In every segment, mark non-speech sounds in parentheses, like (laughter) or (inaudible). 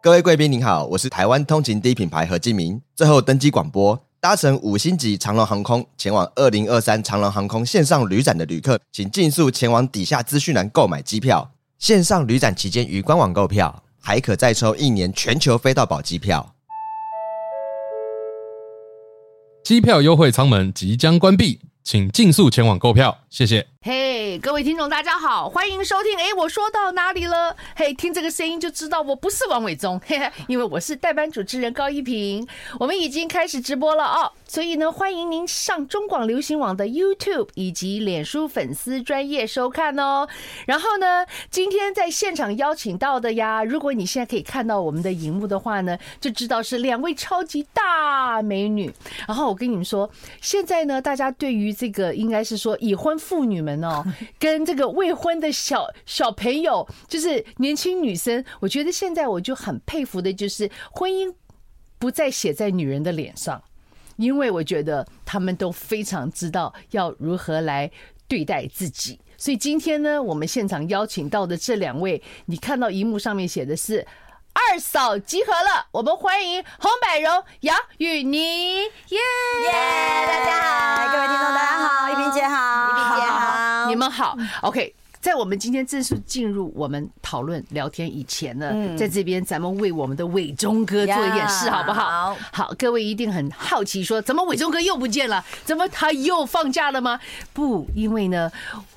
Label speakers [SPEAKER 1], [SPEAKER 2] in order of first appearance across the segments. [SPEAKER 1] 各位贵宾您好，我是台湾通勤第一品牌何敬明。最后登机广播，搭乘五星级长龙航空前往二零二三长龙航空线上旅展的旅客，请尽速前往底下资讯栏购买机票。线上旅展期间于官网购票，还可再抽一年全球飞到宝机票。
[SPEAKER 2] 机票优惠舱门即将关闭，请尽速前往购票，谢谢。
[SPEAKER 3] 嘿各位听众，大家好，欢迎收听。哎，我说到哪里了？嘿，听这个声音就知道我不是王伟忠，嘿嘿，因为我是代班主持人高一平。我们已经开始直播了哦，所以呢，欢迎您上中广流行网的 YouTube 以及脸书粉丝专业收看哦。然后呢，今天在现场邀请到的呀，如果你现在可以看到我们的荧幕的话呢，就知道是两位超级大美女。然后我跟你们说，现在呢，大家对于这个应该是说已婚妇女们哦，跟这个未婚的小小朋友，就是年轻女生，我觉得现在我就很佩服的，就是婚姻不再写在女人的脸上。因为我觉得他们都非常知道要如何来对待自己。所以今天呢，我们现场邀请到的这两位，你看到荧幕上面写的是“二嫂集合了”，我们欢迎洪百荣、杨雨妮，耶！
[SPEAKER 4] 耶！大家好，各位听众大家好，一平姐好，一平姐好，
[SPEAKER 3] 你们好，OK。在我们今天正式进入我们讨论聊天以前呢，在这边咱们为我们的伟忠哥做一点
[SPEAKER 4] 嗯
[SPEAKER 3] 事，
[SPEAKER 4] 呀
[SPEAKER 3] 好不好
[SPEAKER 4] 好？
[SPEAKER 3] 好，各位一定很好奇说，怎么伟忠哥又不见了？怎么他又放假了吗？不，因为呢，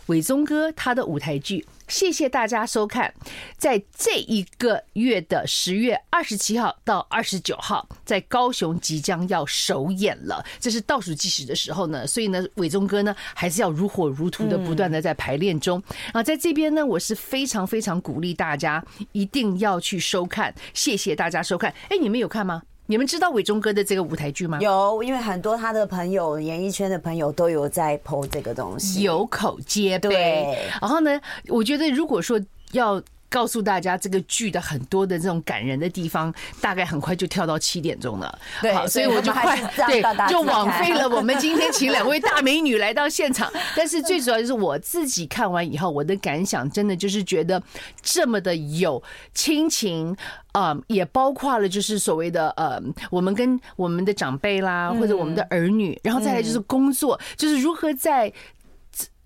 [SPEAKER 3] 伟忠哥他的舞台剧。谢谢大家收看，在这一个月的十月二十七号到二十九号，在高雄即将要首演了，这是倒数计时的时候呢，所以呢，伟忠哥呢还是要如火如荼的不断的在排练中啊，在这边呢，我是非常非常鼓励大家一定要去收看，谢谢大家收看。哎，你们有看吗？你们知道伟忠哥的这个舞台剧吗？
[SPEAKER 4] 有，因为很多他的朋友，演艺圈的朋友都有在剖这个东西。，
[SPEAKER 3] 有口皆碑
[SPEAKER 4] 对。
[SPEAKER 3] 然后呢，我觉得如果说要。告诉大家这个剧的很多的这种感人的地方，大概很快就跳到七点钟了。
[SPEAKER 4] 对
[SPEAKER 3] 好所以
[SPEAKER 4] 所以
[SPEAKER 3] 我就
[SPEAKER 4] 他们
[SPEAKER 3] 快
[SPEAKER 4] 还是这样
[SPEAKER 3] 对
[SPEAKER 4] 到达
[SPEAKER 3] 就
[SPEAKER 4] 自然
[SPEAKER 3] 枉费了我们今天请两位大美女来到现场。但是最主要就是我自己看完以后，我的感想真的就是觉得这么的有亲情，嗯，也包括了就是所谓的呃，我们跟我们的长辈啦，或者
[SPEAKER 4] 嗯
[SPEAKER 3] 我们的儿女，然后再来就是工作，就是如何在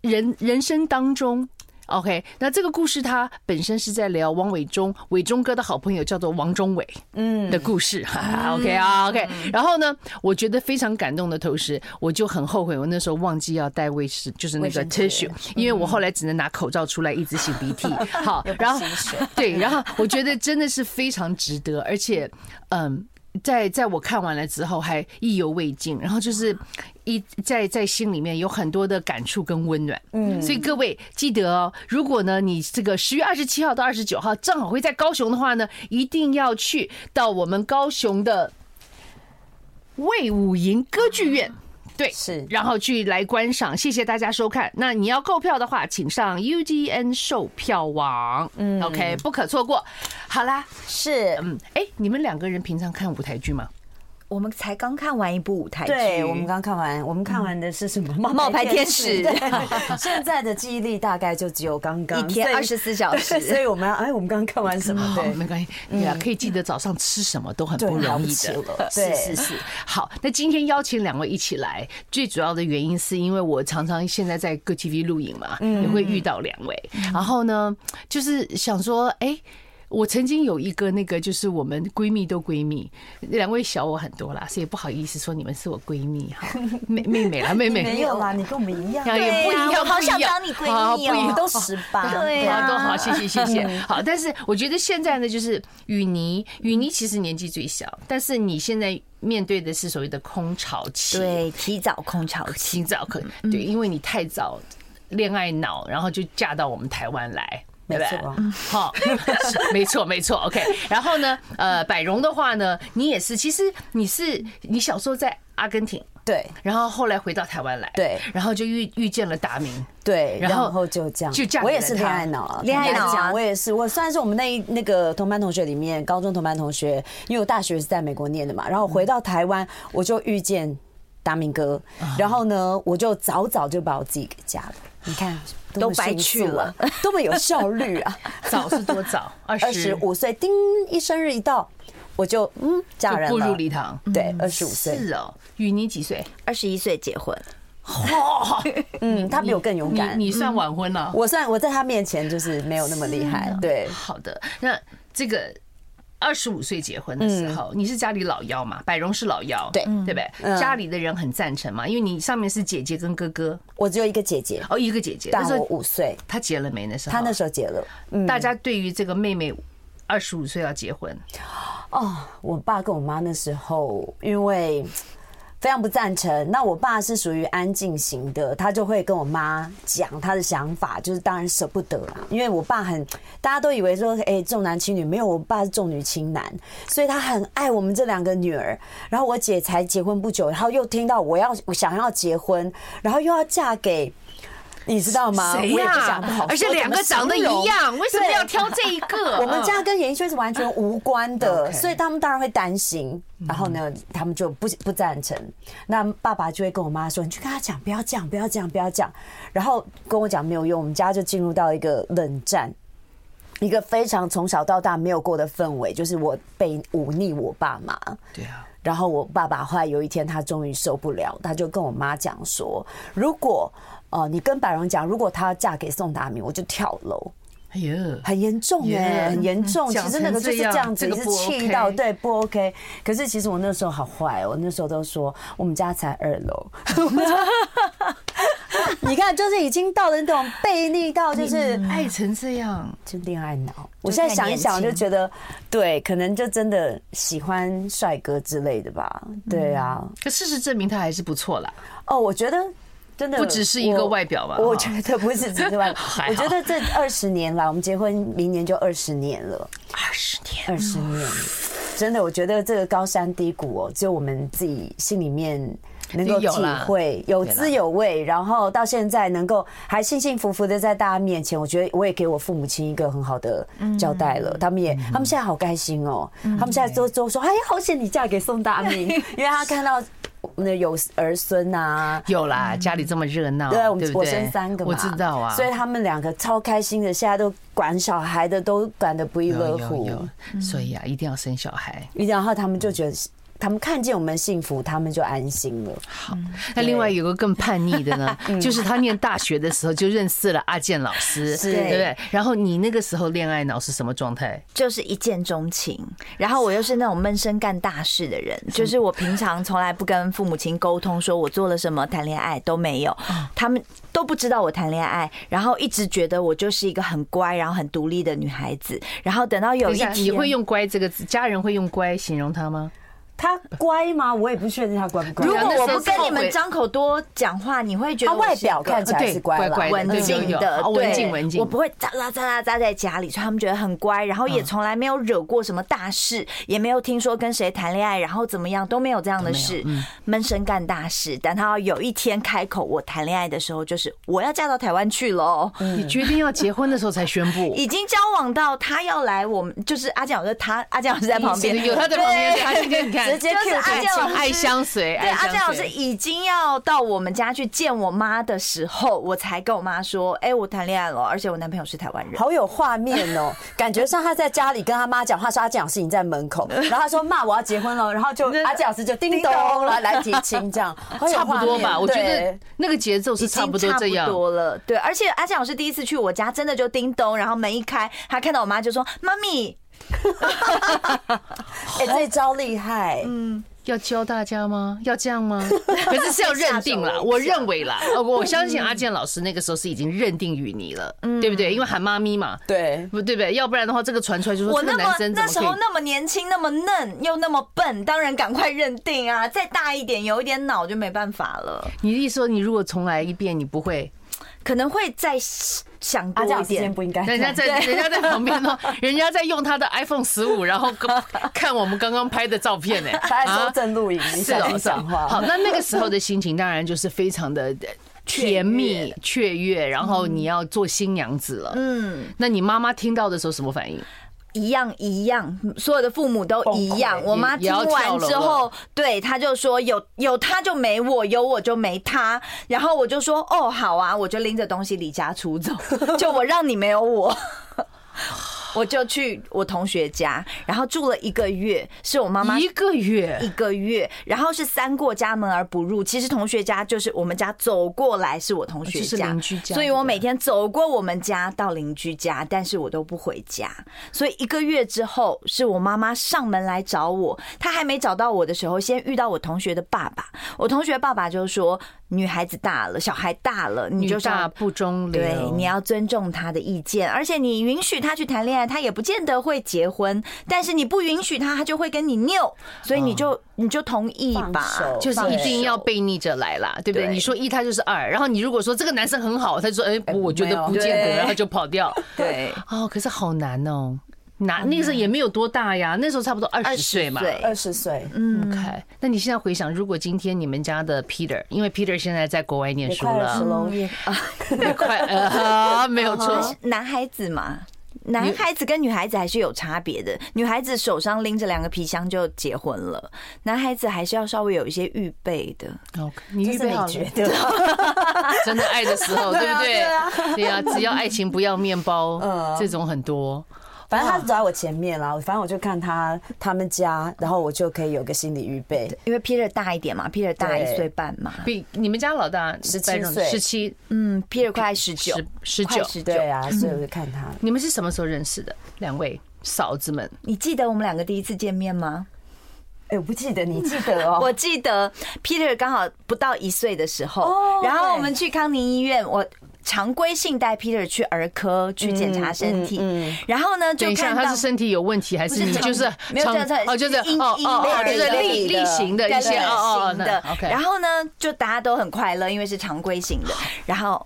[SPEAKER 3] 人人生当中。OK，那这个故事它本身是在聊王伟忠，伟忠哥的好朋友叫做王忠伟，嗯，的故事。 (laughs) 哈哈 OK 啊，OK。然后呢，我觉得非常感动的同时，我就很后悔，我那时候忘记要带卫士，就是那
[SPEAKER 4] 卫
[SPEAKER 3] 个
[SPEAKER 4] 生纸嗯
[SPEAKER 3] tissue，因为我后来只能拿口罩出来一直擤
[SPEAKER 4] (laughs)
[SPEAKER 3] 鼻涕。好
[SPEAKER 4] 又，不
[SPEAKER 3] 然后
[SPEAKER 4] 吸水
[SPEAKER 3] 对，然后我觉得真的是非常值得，而且，嗯。在在我看完了之后还意犹未尽，然后就是一在在心里面有很多的感触跟温暖，嗯，所以各位记得哦，如果呢你这个十月二十七号到二十九号正好会在高雄的话呢，一定要去到我们高雄的魏武营歌剧院。对，
[SPEAKER 4] 是
[SPEAKER 3] 然后去来观赏，谢谢大家收看。那你要购票的话，请上 UDN 售票网，嗯，OK，不可错过。好啦，
[SPEAKER 5] 是
[SPEAKER 3] 嗯，哎，你们两个人平常看舞台剧吗？
[SPEAKER 5] 我们才刚看完一部舞台剧，嗯
[SPEAKER 4] 对我们刚看完，我们看完的是什么？冒
[SPEAKER 5] 冒牌天使
[SPEAKER 4] 对现在的记忆力大概就只有刚刚
[SPEAKER 5] 一天
[SPEAKER 4] 所以
[SPEAKER 5] 24小
[SPEAKER 4] (laughs)
[SPEAKER 5] 时哦
[SPEAKER 4] 对所以我们要哎，我们刚刚看完什么？
[SPEAKER 3] 好，
[SPEAKER 4] 对，
[SPEAKER 3] 哦没关系，对啊，可以记得早上吃什么都很
[SPEAKER 4] 对
[SPEAKER 3] 不容易
[SPEAKER 4] 了不起
[SPEAKER 3] 的
[SPEAKER 4] 了，
[SPEAKER 3] 是
[SPEAKER 4] 对
[SPEAKER 3] 是是。好，那今天邀请两位一起来，最主要的原因是因为我常常现在在各 TV 录影嘛，
[SPEAKER 4] 嗯
[SPEAKER 3] 也会遇到两位，然后呢，就是想说，哎。我曾经有一个那个，就是我们闺蜜都闺蜜，两位小我很多啦，所以不好意思说你们是我闺蜜哈，妹妹妹啦，妹
[SPEAKER 4] (laughs)
[SPEAKER 3] 妹
[SPEAKER 4] 没有啦，你跟我们一样，
[SPEAKER 3] 哎呀
[SPEAKER 5] (laughs) 对
[SPEAKER 3] 不
[SPEAKER 5] 呀
[SPEAKER 3] 一样，
[SPEAKER 5] 我好
[SPEAKER 3] 不一样
[SPEAKER 5] 想当你闺蜜
[SPEAKER 3] 好不一
[SPEAKER 5] (laughs) 哦
[SPEAKER 3] 样
[SPEAKER 4] 你都十八，
[SPEAKER 5] 对
[SPEAKER 3] 好
[SPEAKER 5] 啊
[SPEAKER 3] 都好，谢谢谢谢。
[SPEAKER 5] 嗯
[SPEAKER 3] 好，但是我觉得现在呢，就是雨妮，雨妮其实年纪最小，但是你现在面对的是所谓的空巢期，，
[SPEAKER 5] 对嗯提早空巢期
[SPEAKER 3] 挺，早可对，因为你太早恋爱脑，然后就嫁到我们台湾来。对
[SPEAKER 4] 没
[SPEAKER 3] 吧
[SPEAKER 4] 错？
[SPEAKER 3] 好， (laughs) 是没错，没错。OK，然后呢，呃，百荣的话呢，你也是，其实你是你小时候在阿根廷，
[SPEAKER 4] 对
[SPEAKER 3] 然后后来回到台湾来，
[SPEAKER 4] 对
[SPEAKER 3] 然后就遇遇见了达明，
[SPEAKER 4] 对，
[SPEAKER 3] 然
[SPEAKER 4] 然
[SPEAKER 3] 后
[SPEAKER 4] 后就这样，
[SPEAKER 3] 就嫁给了
[SPEAKER 4] 我也是恋爱脑啊，
[SPEAKER 5] 恋爱
[SPEAKER 4] 坦
[SPEAKER 5] 脑啊
[SPEAKER 4] 白讲我也是，我虽然是我们那一那个同班同学里面，高中同班同学，因为我大学是在美国念的嘛，然后回到台湾，我就遇见
[SPEAKER 6] 达明哥，
[SPEAKER 3] 啊
[SPEAKER 6] 然后呢，我就早早就把我自己给加了。你看，多么
[SPEAKER 5] 都白
[SPEAKER 6] 迅
[SPEAKER 5] 去
[SPEAKER 6] 速啊
[SPEAKER 5] 了，
[SPEAKER 6] (laughs) 多么有效率
[SPEAKER 3] (laughs)
[SPEAKER 6] 啊！
[SPEAKER 3] 早是多早？二
[SPEAKER 6] 二
[SPEAKER 3] 十
[SPEAKER 6] 十五岁，叮一生日一到，我就嗯嫁人
[SPEAKER 3] 就
[SPEAKER 6] 了，
[SPEAKER 3] 步入礼堂。
[SPEAKER 6] 对，二十五岁，
[SPEAKER 3] 是哦，与你几岁？
[SPEAKER 5] 二十一岁结婚，
[SPEAKER 6] 嗯，他比我更勇
[SPEAKER 3] 你
[SPEAKER 6] 敢。
[SPEAKER 3] 你算晚婚啊了。
[SPEAKER 6] 我算我在他面前就是没有那么厉害，
[SPEAKER 3] 啊
[SPEAKER 6] 对，
[SPEAKER 3] 好的，那这个。二十五岁结婚的时候，你是家里老幺嘛？百荣是老幺，
[SPEAKER 6] 嗯
[SPEAKER 3] 对
[SPEAKER 6] 对
[SPEAKER 3] 不对？
[SPEAKER 6] 嗯
[SPEAKER 3] 家里的人很赞成嘛，因为你上面是姐姐跟哥哥，
[SPEAKER 6] 我只有一个姐姐，
[SPEAKER 3] 哦，一个姐姐。
[SPEAKER 6] 大
[SPEAKER 3] 那时
[SPEAKER 6] 我
[SPEAKER 3] 候
[SPEAKER 6] 五岁，
[SPEAKER 3] 她结了没？那时候
[SPEAKER 6] 她那时候结了，嗯，
[SPEAKER 3] 大家对于这个妹妹二十五岁要结婚，
[SPEAKER 6] 哦，我爸跟我妈那时候因为非常不赞成，那我爸是属于安静型的，他就会跟我妈讲他的想法，就是当然舍不得啦，因为我爸很，大家都以为说，哎、重男轻女，没有，我爸是重女轻男，所以他很爱我们这两个女儿。然后我姐才结婚不久，然后又听到我要我想要结婚，然后又要嫁给。你知道吗？
[SPEAKER 3] 谁
[SPEAKER 6] 我也不
[SPEAKER 3] 呀
[SPEAKER 6] 想不好？
[SPEAKER 3] 而且
[SPEAKER 6] 说怎
[SPEAKER 3] 两
[SPEAKER 6] 么
[SPEAKER 3] 个长得一
[SPEAKER 6] 形容
[SPEAKER 3] 样，为什么
[SPEAKER 6] 对
[SPEAKER 3] 要挑这一个？
[SPEAKER 6] (laughs) 我们
[SPEAKER 3] 嗯
[SPEAKER 6] 家跟演艺圈是完全无关的，
[SPEAKER 3] OK 嗯
[SPEAKER 6] 所以他们当然会担心。然后呢，他们就不不赞成。那爸爸就会跟我妈说：“你去跟他讲，不要讲，不要讲，不要讲。”然后跟我讲没有用，我们家就进入到一个冷战。一个非常从小到大没有过的氛围，就是我被忤逆我爸妈。
[SPEAKER 3] 对啊，
[SPEAKER 6] 然后我爸爸后来有一天他终于受不了，他就跟我妈讲说：“如果呃你跟百荣讲，如果她要嫁给宋达明，我就跳楼。”
[SPEAKER 3] 哎呀，
[SPEAKER 6] 很严重哎、
[SPEAKER 3] Yeah，
[SPEAKER 6] 很严重。
[SPEAKER 3] 嗯
[SPEAKER 6] 其
[SPEAKER 3] 讲
[SPEAKER 6] 实那
[SPEAKER 3] 成
[SPEAKER 6] 个就
[SPEAKER 3] 这
[SPEAKER 6] 是这
[SPEAKER 3] 样
[SPEAKER 6] 样子，
[SPEAKER 3] 这
[SPEAKER 6] 也
[SPEAKER 3] 个
[SPEAKER 6] 是
[SPEAKER 3] 不
[SPEAKER 6] 气
[SPEAKER 3] OK
[SPEAKER 6] 到对不 OK。可是其实我那时候好坏哦，我那时候都说我们家才二
[SPEAKER 3] (laughs)
[SPEAKER 6] 楼，你看就是已经到了那种悖逆到就是
[SPEAKER 3] 爱成这样，
[SPEAKER 6] 就恋爱脑。我现在想一想就觉得，对，可能就真的喜欢帅哥之类的吧。
[SPEAKER 3] 嗯
[SPEAKER 6] 对啊，
[SPEAKER 3] 可事实证明她还是不错啦。
[SPEAKER 6] 哦，我觉得。真的
[SPEAKER 3] 不只是一个
[SPEAKER 6] 我
[SPEAKER 3] 外表吧
[SPEAKER 6] 我
[SPEAKER 3] 哈
[SPEAKER 6] 觉得不是只是外表
[SPEAKER 3] (laughs) 还。好
[SPEAKER 6] 我觉得这二十年来，我们结婚明年就二十年了。
[SPEAKER 3] 二十年，
[SPEAKER 6] 二十年，真的，我觉得这个高山低谷哦，只有我们自己心里面能够
[SPEAKER 3] 有
[SPEAKER 6] 体
[SPEAKER 3] 啦
[SPEAKER 6] 会，有滋有味，然后到现在能够还幸幸福福的在大家面前，我觉得我也给我父母亲一个很好的交代了，
[SPEAKER 3] 嗯
[SPEAKER 6] 他们也，他们现在好开心哦，他们现在都都说，哎，好险你嫁给宋大
[SPEAKER 3] (laughs)
[SPEAKER 6] 明，因为他看到我们的有儿孙啊，
[SPEAKER 3] 有啦，家里这么热闹，
[SPEAKER 6] 对，我
[SPEAKER 3] 对
[SPEAKER 6] 们
[SPEAKER 3] 不
[SPEAKER 6] 我
[SPEAKER 3] 对
[SPEAKER 6] 生三个嘛，
[SPEAKER 3] 我知道啊，
[SPEAKER 6] 所以他们两个超开心的，现在都管小孩的都管得不亦乐嗯
[SPEAKER 3] 有
[SPEAKER 6] 乎。
[SPEAKER 3] 有有，所以啊，一定要生小孩。
[SPEAKER 6] 然后他们就觉得，他们看见我们幸福，他们就安心了。
[SPEAKER 3] 那另外有个更叛逆的
[SPEAKER 6] (laughs)
[SPEAKER 3] 呢，
[SPEAKER 6] 嗯
[SPEAKER 3] 就是他念大学的时候就认识了阿健老师，
[SPEAKER 6] 是
[SPEAKER 3] 对不对？然后你那个时候恋爱脑是什么状态？
[SPEAKER 5] 就是一见钟情。然后我又是那种闷声干大事的人，就是我平常从来不跟父母亲沟通，说我做了什么谈恋爱都没有，
[SPEAKER 3] 嗯
[SPEAKER 5] 他们都不知道我谈恋爱，然后一直觉得我就是一个很乖，然后很独立的女孩子。然后等到有
[SPEAKER 3] 等
[SPEAKER 5] 一
[SPEAKER 3] 一下，
[SPEAKER 5] 天，
[SPEAKER 3] 你会用“乖”这个字，家人会用“乖”形容他吗？
[SPEAKER 6] 他乖吗？我也不确定他乖不乖。
[SPEAKER 5] 如
[SPEAKER 3] 对啊
[SPEAKER 5] 果
[SPEAKER 3] 那
[SPEAKER 5] 我
[SPEAKER 3] 时候
[SPEAKER 5] 不
[SPEAKER 3] 是
[SPEAKER 5] 跟
[SPEAKER 3] 后
[SPEAKER 5] 你们
[SPEAKER 3] 悔
[SPEAKER 5] 张口多讲话，你会觉得
[SPEAKER 6] 他
[SPEAKER 5] 我
[SPEAKER 6] 外
[SPEAKER 5] 是一
[SPEAKER 6] 表
[SPEAKER 5] 个
[SPEAKER 6] 看起来是乖
[SPEAKER 3] 对
[SPEAKER 6] 啦，
[SPEAKER 3] 乖乖
[SPEAKER 5] 文静
[SPEAKER 3] 有有
[SPEAKER 5] 的，
[SPEAKER 3] 哦
[SPEAKER 5] 对
[SPEAKER 3] 文静文静
[SPEAKER 5] 我不会喳啦喳啦喳在家里，所以他们觉得很乖，然后也从来没有惹过什么大事，也没有听说跟谁谈恋爱，然后怎么样都没有这样的事，
[SPEAKER 3] 嗯
[SPEAKER 5] 闷声干大事。等到有一天开口我谈恋爱的时候，就是我要嫁到台湾去喽。
[SPEAKER 6] 嗯
[SPEAKER 3] 你决定要结婚的时候才宣
[SPEAKER 6] (laughs)
[SPEAKER 3] 布，
[SPEAKER 5] 已经交往到他要来，我们就是阿健老师，他阿健老师在旁边，
[SPEAKER 3] 有他在旁边，
[SPEAKER 5] 对
[SPEAKER 3] 他今天你看，
[SPEAKER 6] 直接
[SPEAKER 5] 就是
[SPEAKER 6] Q
[SPEAKER 5] 阿
[SPEAKER 6] 感
[SPEAKER 5] 健
[SPEAKER 6] 情
[SPEAKER 5] 老师
[SPEAKER 3] 爱相随，
[SPEAKER 5] 对，
[SPEAKER 3] 爱
[SPEAKER 5] 啊阿
[SPEAKER 3] 相
[SPEAKER 5] 健老师
[SPEAKER 3] 随。
[SPEAKER 5] 已经要到我们家去见我妈的时候，我才跟我妈说：“哎、我谈恋爱了，而且我男朋友是台湾人。”
[SPEAKER 6] 好有画面哦，感觉上他在家里跟他妈讲话，说阿健老师已经在
[SPEAKER 3] (laughs)
[SPEAKER 6] 门口，然后他说妈我要结婚了，然后就阿健老师就叮咚来来提亲这样，好
[SPEAKER 3] (laughs)
[SPEAKER 6] 有
[SPEAKER 3] 差不多
[SPEAKER 6] 画
[SPEAKER 3] 吧，
[SPEAKER 6] 面
[SPEAKER 3] 我觉得
[SPEAKER 6] 对
[SPEAKER 3] 那个节奏
[SPEAKER 5] 已
[SPEAKER 3] 是
[SPEAKER 5] 经
[SPEAKER 3] 差不多这样
[SPEAKER 5] 差不。多了。对，而且阿健老师第一次去我家，真的就叮咚，然后门一开，他看到我妈就说：“妈咪，
[SPEAKER 6] 哎这招厉害，
[SPEAKER 3] 嗯要教大家吗？要这样吗？ (laughs) 可是是要认定啦，
[SPEAKER 5] (laughs) 吓死我
[SPEAKER 3] 我认为啦，呃我相信阿健老师那个时候是已经认定与你了，
[SPEAKER 5] 嗯
[SPEAKER 3] 对不对？因为喊妈咪嘛，
[SPEAKER 6] 对。
[SPEAKER 3] 不对不对？要不然的话，这个传出来就说
[SPEAKER 5] 我
[SPEAKER 3] 这个
[SPEAKER 5] 那么
[SPEAKER 3] 男生怎
[SPEAKER 5] 那
[SPEAKER 3] 么
[SPEAKER 5] 时
[SPEAKER 3] 可
[SPEAKER 5] 候
[SPEAKER 3] 以？
[SPEAKER 5] 那么年轻，那么嫩又那么笨，当然赶快认定啊！再大一点，有一点脑就没办法了，
[SPEAKER 3] 你的意思说，你如果重来一遍，你不
[SPEAKER 5] (laughs)
[SPEAKER 3] 会？
[SPEAKER 5] 可能会再想
[SPEAKER 3] 啊
[SPEAKER 6] 阿
[SPEAKER 5] 多
[SPEAKER 6] 健老
[SPEAKER 5] 一
[SPEAKER 6] 师今天
[SPEAKER 5] 点。”
[SPEAKER 6] 不应该这
[SPEAKER 3] 人
[SPEAKER 6] 样，
[SPEAKER 3] 家在人家在旁
[SPEAKER 5] (laughs)
[SPEAKER 3] 边呢，哦人家在用他的 iPhone 十五，然后跟看我们刚刚拍的照片呢、
[SPEAKER 6] 他在
[SPEAKER 3] 啊
[SPEAKER 6] 说郑露营，
[SPEAKER 3] (laughs)
[SPEAKER 6] 你
[SPEAKER 3] 是
[SPEAKER 6] 小
[SPEAKER 3] 哦，
[SPEAKER 6] 心
[SPEAKER 3] 是哦
[SPEAKER 6] 讲话。
[SPEAKER 3] 好，那那个时候的心情当然就是非常
[SPEAKER 5] (laughs)
[SPEAKER 3] 的呃甜蜜雀跃，然后你要做新娘子了。嗯，那你妈妈听到的时候什么反应？
[SPEAKER 5] 一样一样，所有的父母都一样。
[SPEAKER 3] 崩溃
[SPEAKER 5] 我妈
[SPEAKER 3] 也
[SPEAKER 5] 听
[SPEAKER 3] 也要跳
[SPEAKER 5] 完
[SPEAKER 3] 楼
[SPEAKER 5] 之后，对她就说有有她就没我，有我就没她。然后我就说哦好啊，我就拎着东西离家出走， (laughs) 就我让你没有我。 (laughs) 我就去我同学家，然后住了一个月，是我妈妈
[SPEAKER 3] 一个月
[SPEAKER 5] 一个月，然后是三过家门而不入。其实同学家就是我们家走过来是我同学
[SPEAKER 3] 哦就是
[SPEAKER 5] 家，
[SPEAKER 3] 邻居家
[SPEAKER 5] 所以我
[SPEAKER 3] 对
[SPEAKER 5] 每天走过我们家到邻居家，但是我都不回家。所以一个月之后，是我妈妈上门来找我，她还没找到我的时候，先遇到我同学的爸爸。我同学爸爸就说：“女孩子大了，小孩大了，你
[SPEAKER 3] 女
[SPEAKER 5] 就是要
[SPEAKER 3] 大不中留，
[SPEAKER 5] 对，你要尊重他的意见，而且你允许他去谈恋爱，他也不见得会结婚。但是你不允许他，他就会跟你拗，所以你就、
[SPEAKER 3] 哦
[SPEAKER 5] 你就同意吧
[SPEAKER 6] 放。手
[SPEAKER 3] 就是一定要背逆着来啦，对不对？
[SPEAKER 5] 对
[SPEAKER 3] 你说一，他就是二。然后你如果说这个男生很好，他就说哎，我觉
[SPEAKER 6] 没
[SPEAKER 3] 得
[SPEAKER 6] 有
[SPEAKER 3] 不见得，
[SPEAKER 5] 对
[SPEAKER 3] 然后就跑掉。
[SPEAKER 5] 对，
[SPEAKER 3] 哦，可是好难哦，难。那个时候也没有多大呀，那时候差不多二十岁嘛。
[SPEAKER 5] 对，
[SPEAKER 6] 二十岁，
[SPEAKER 3] 嗯 OK，那你现在回想，如果今天你们家的 Peter，因为 Peter 现在在国外念
[SPEAKER 6] 也
[SPEAKER 3] 书
[SPEAKER 6] 快
[SPEAKER 5] (laughs)
[SPEAKER 6] 二十
[SPEAKER 3] 了，嗯
[SPEAKER 6] 喽，
[SPEAKER 3] 也快呃，没有错。
[SPEAKER 5] 男孩子嘛。男孩子跟女孩子还是有差别的，女孩子手上拎着两个皮箱就结婚了，男孩子还是要稍微有一些预备的。
[SPEAKER 3] OK，你
[SPEAKER 6] 就
[SPEAKER 3] 预
[SPEAKER 6] 是
[SPEAKER 3] 备
[SPEAKER 6] 你
[SPEAKER 3] 好了
[SPEAKER 6] 觉，得。
[SPEAKER 3] 真的爱的时
[SPEAKER 5] (laughs)
[SPEAKER 3] 候，对不
[SPEAKER 5] 啊
[SPEAKER 3] 对？对呀，只要爱情不要面包，
[SPEAKER 5] 嗯
[SPEAKER 3] 这种很多。
[SPEAKER 6] 反正他走在我前面啦，反正我就看他他们家，然后我就可以有个心理预备。
[SPEAKER 5] 因为 Peter 大一点嘛，Peter 大一
[SPEAKER 6] 对
[SPEAKER 5] 岁半嘛，
[SPEAKER 3] 比你们家老大
[SPEAKER 6] 17岁
[SPEAKER 3] 十七、
[SPEAKER 5] 嗯，Peter 快十九，
[SPEAKER 3] 十
[SPEAKER 5] 快
[SPEAKER 3] 九。
[SPEAKER 5] 十九。
[SPEAKER 6] 对啊，所以我就看
[SPEAKER 5] (laughs)
[SPEAKER 6] 他。
[SPEAKER 3] 你们是什么时候认识的？两位嫂子们，
[SPEAKER 5] 你记得我们两个第一次见面吗？
[SPEAKER 6] 哎，我不记得，你记得哦？
[SPEAKER 5] 我记得 Peter 刚好不到一岁的时候
[SPEAKER 6] 哦，
[SPEAKER 5] 然后
[SPEAKER 6] 对
[SPEAKER 5] 我们去康宁医院，我常规性带 Peter 去儿科去检查身体，然后呢
[SPEAKER 3] 等
[SPEAKER 5] 就
[SPEAKER 3] 一下，
[SPEAKER 5] 看
[SPEAKER 3] 他
[SPEAKER 5] 到
[SPEAKER 3] 是。身体有问题，还是你
[SPEAKER 5] 不是
[SPEAKER 3] 就是
[SPEAKER 5] 常没有
[SPEAKER 3] 常
[SPEAKER 5] 这样
[SPEAKER 3] 哦，就是
[SPEAKER 5] 是因
[SPEAKER 3] 哦哦哦，就
[SPEAKER 5] 因
[SPEAKER 3] 是
[SPEAKER 5] 类
[SPEAKER 3] 例
[SPEAKER 6] 的
[SPEAKER 3] 例行的一
[SPEAKER 5] 对
[SPEAKER 3] 些
[SPEAKER 5] 类
[SPEAKER 3] 哦哦
[SPEAKER 5] 型
[SPEAKER 3] 那
[SPEAKER 5] 的，
[SPEAKER 3] OK。
[SPEAKER 5] 然后呢，就大家都很快乐，因为是常规型
[SPEAKER 3] (sighs)
[SPEAKER 5] 的。然后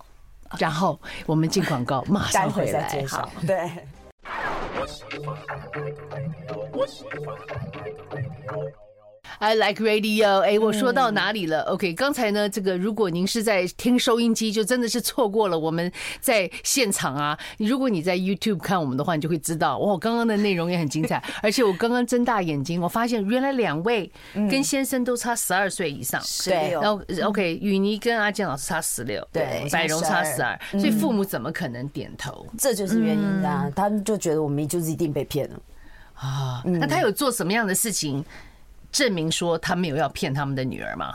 [SPEAKER 3] 然后我们进广告，马
[SPEAKER 6] 待
[SPEAKER 3] 上
[SPEAKER 6] 会
[SPEAKER 3] 回
[SPEAKER 6] 再
[SPEAKER 3] 来
[SPEAKER 6] 介。绍
[SPEAKER 3] 好，。
[SPEAKER 6] 对，
[SPEAKER 3] I like radio。哎，我说
[SPEAKER 6] 嗯
[SPEAKER 3] 到哪里了？OK，刚才呢，这个如果您是在听收音机，就真的是错过了我们在现场啊。如果你在 YouTube 看我们的话，你就会知道，哇，刚刚的内容也很精彩。而且我刚刚睁大眼睛，我发现原来两位
[SPEAKER 6] 嗯
[SPEAKER 3] 跟先生都差十二岁以上。
[SPEAKER 5] 十
[SPEAKER 6] 对
[SPEAKER 5] 六
[SPEAKER 3] 然，后，OK，雨妮跟阿健老师差十六，
[SPEAKER 6] 嗯对
[SPEAKER 3] 百荣差
[SPEAKER 6] 差
[SPEAKER 3] 十二
[SPEAKER 6] 嗯12，
[SPEAKER 3] 所以父母怎么可能点头
[SPEAKER 6] 这就是原因啊，
[SPEAKER 5] 嗯
[SPEAKER 6] 他们就觉得我们就是一定被骗了。
[SPEAKER 3] 啊？那他有做什么样的事情证明说他没有要骗他们的女儿吗？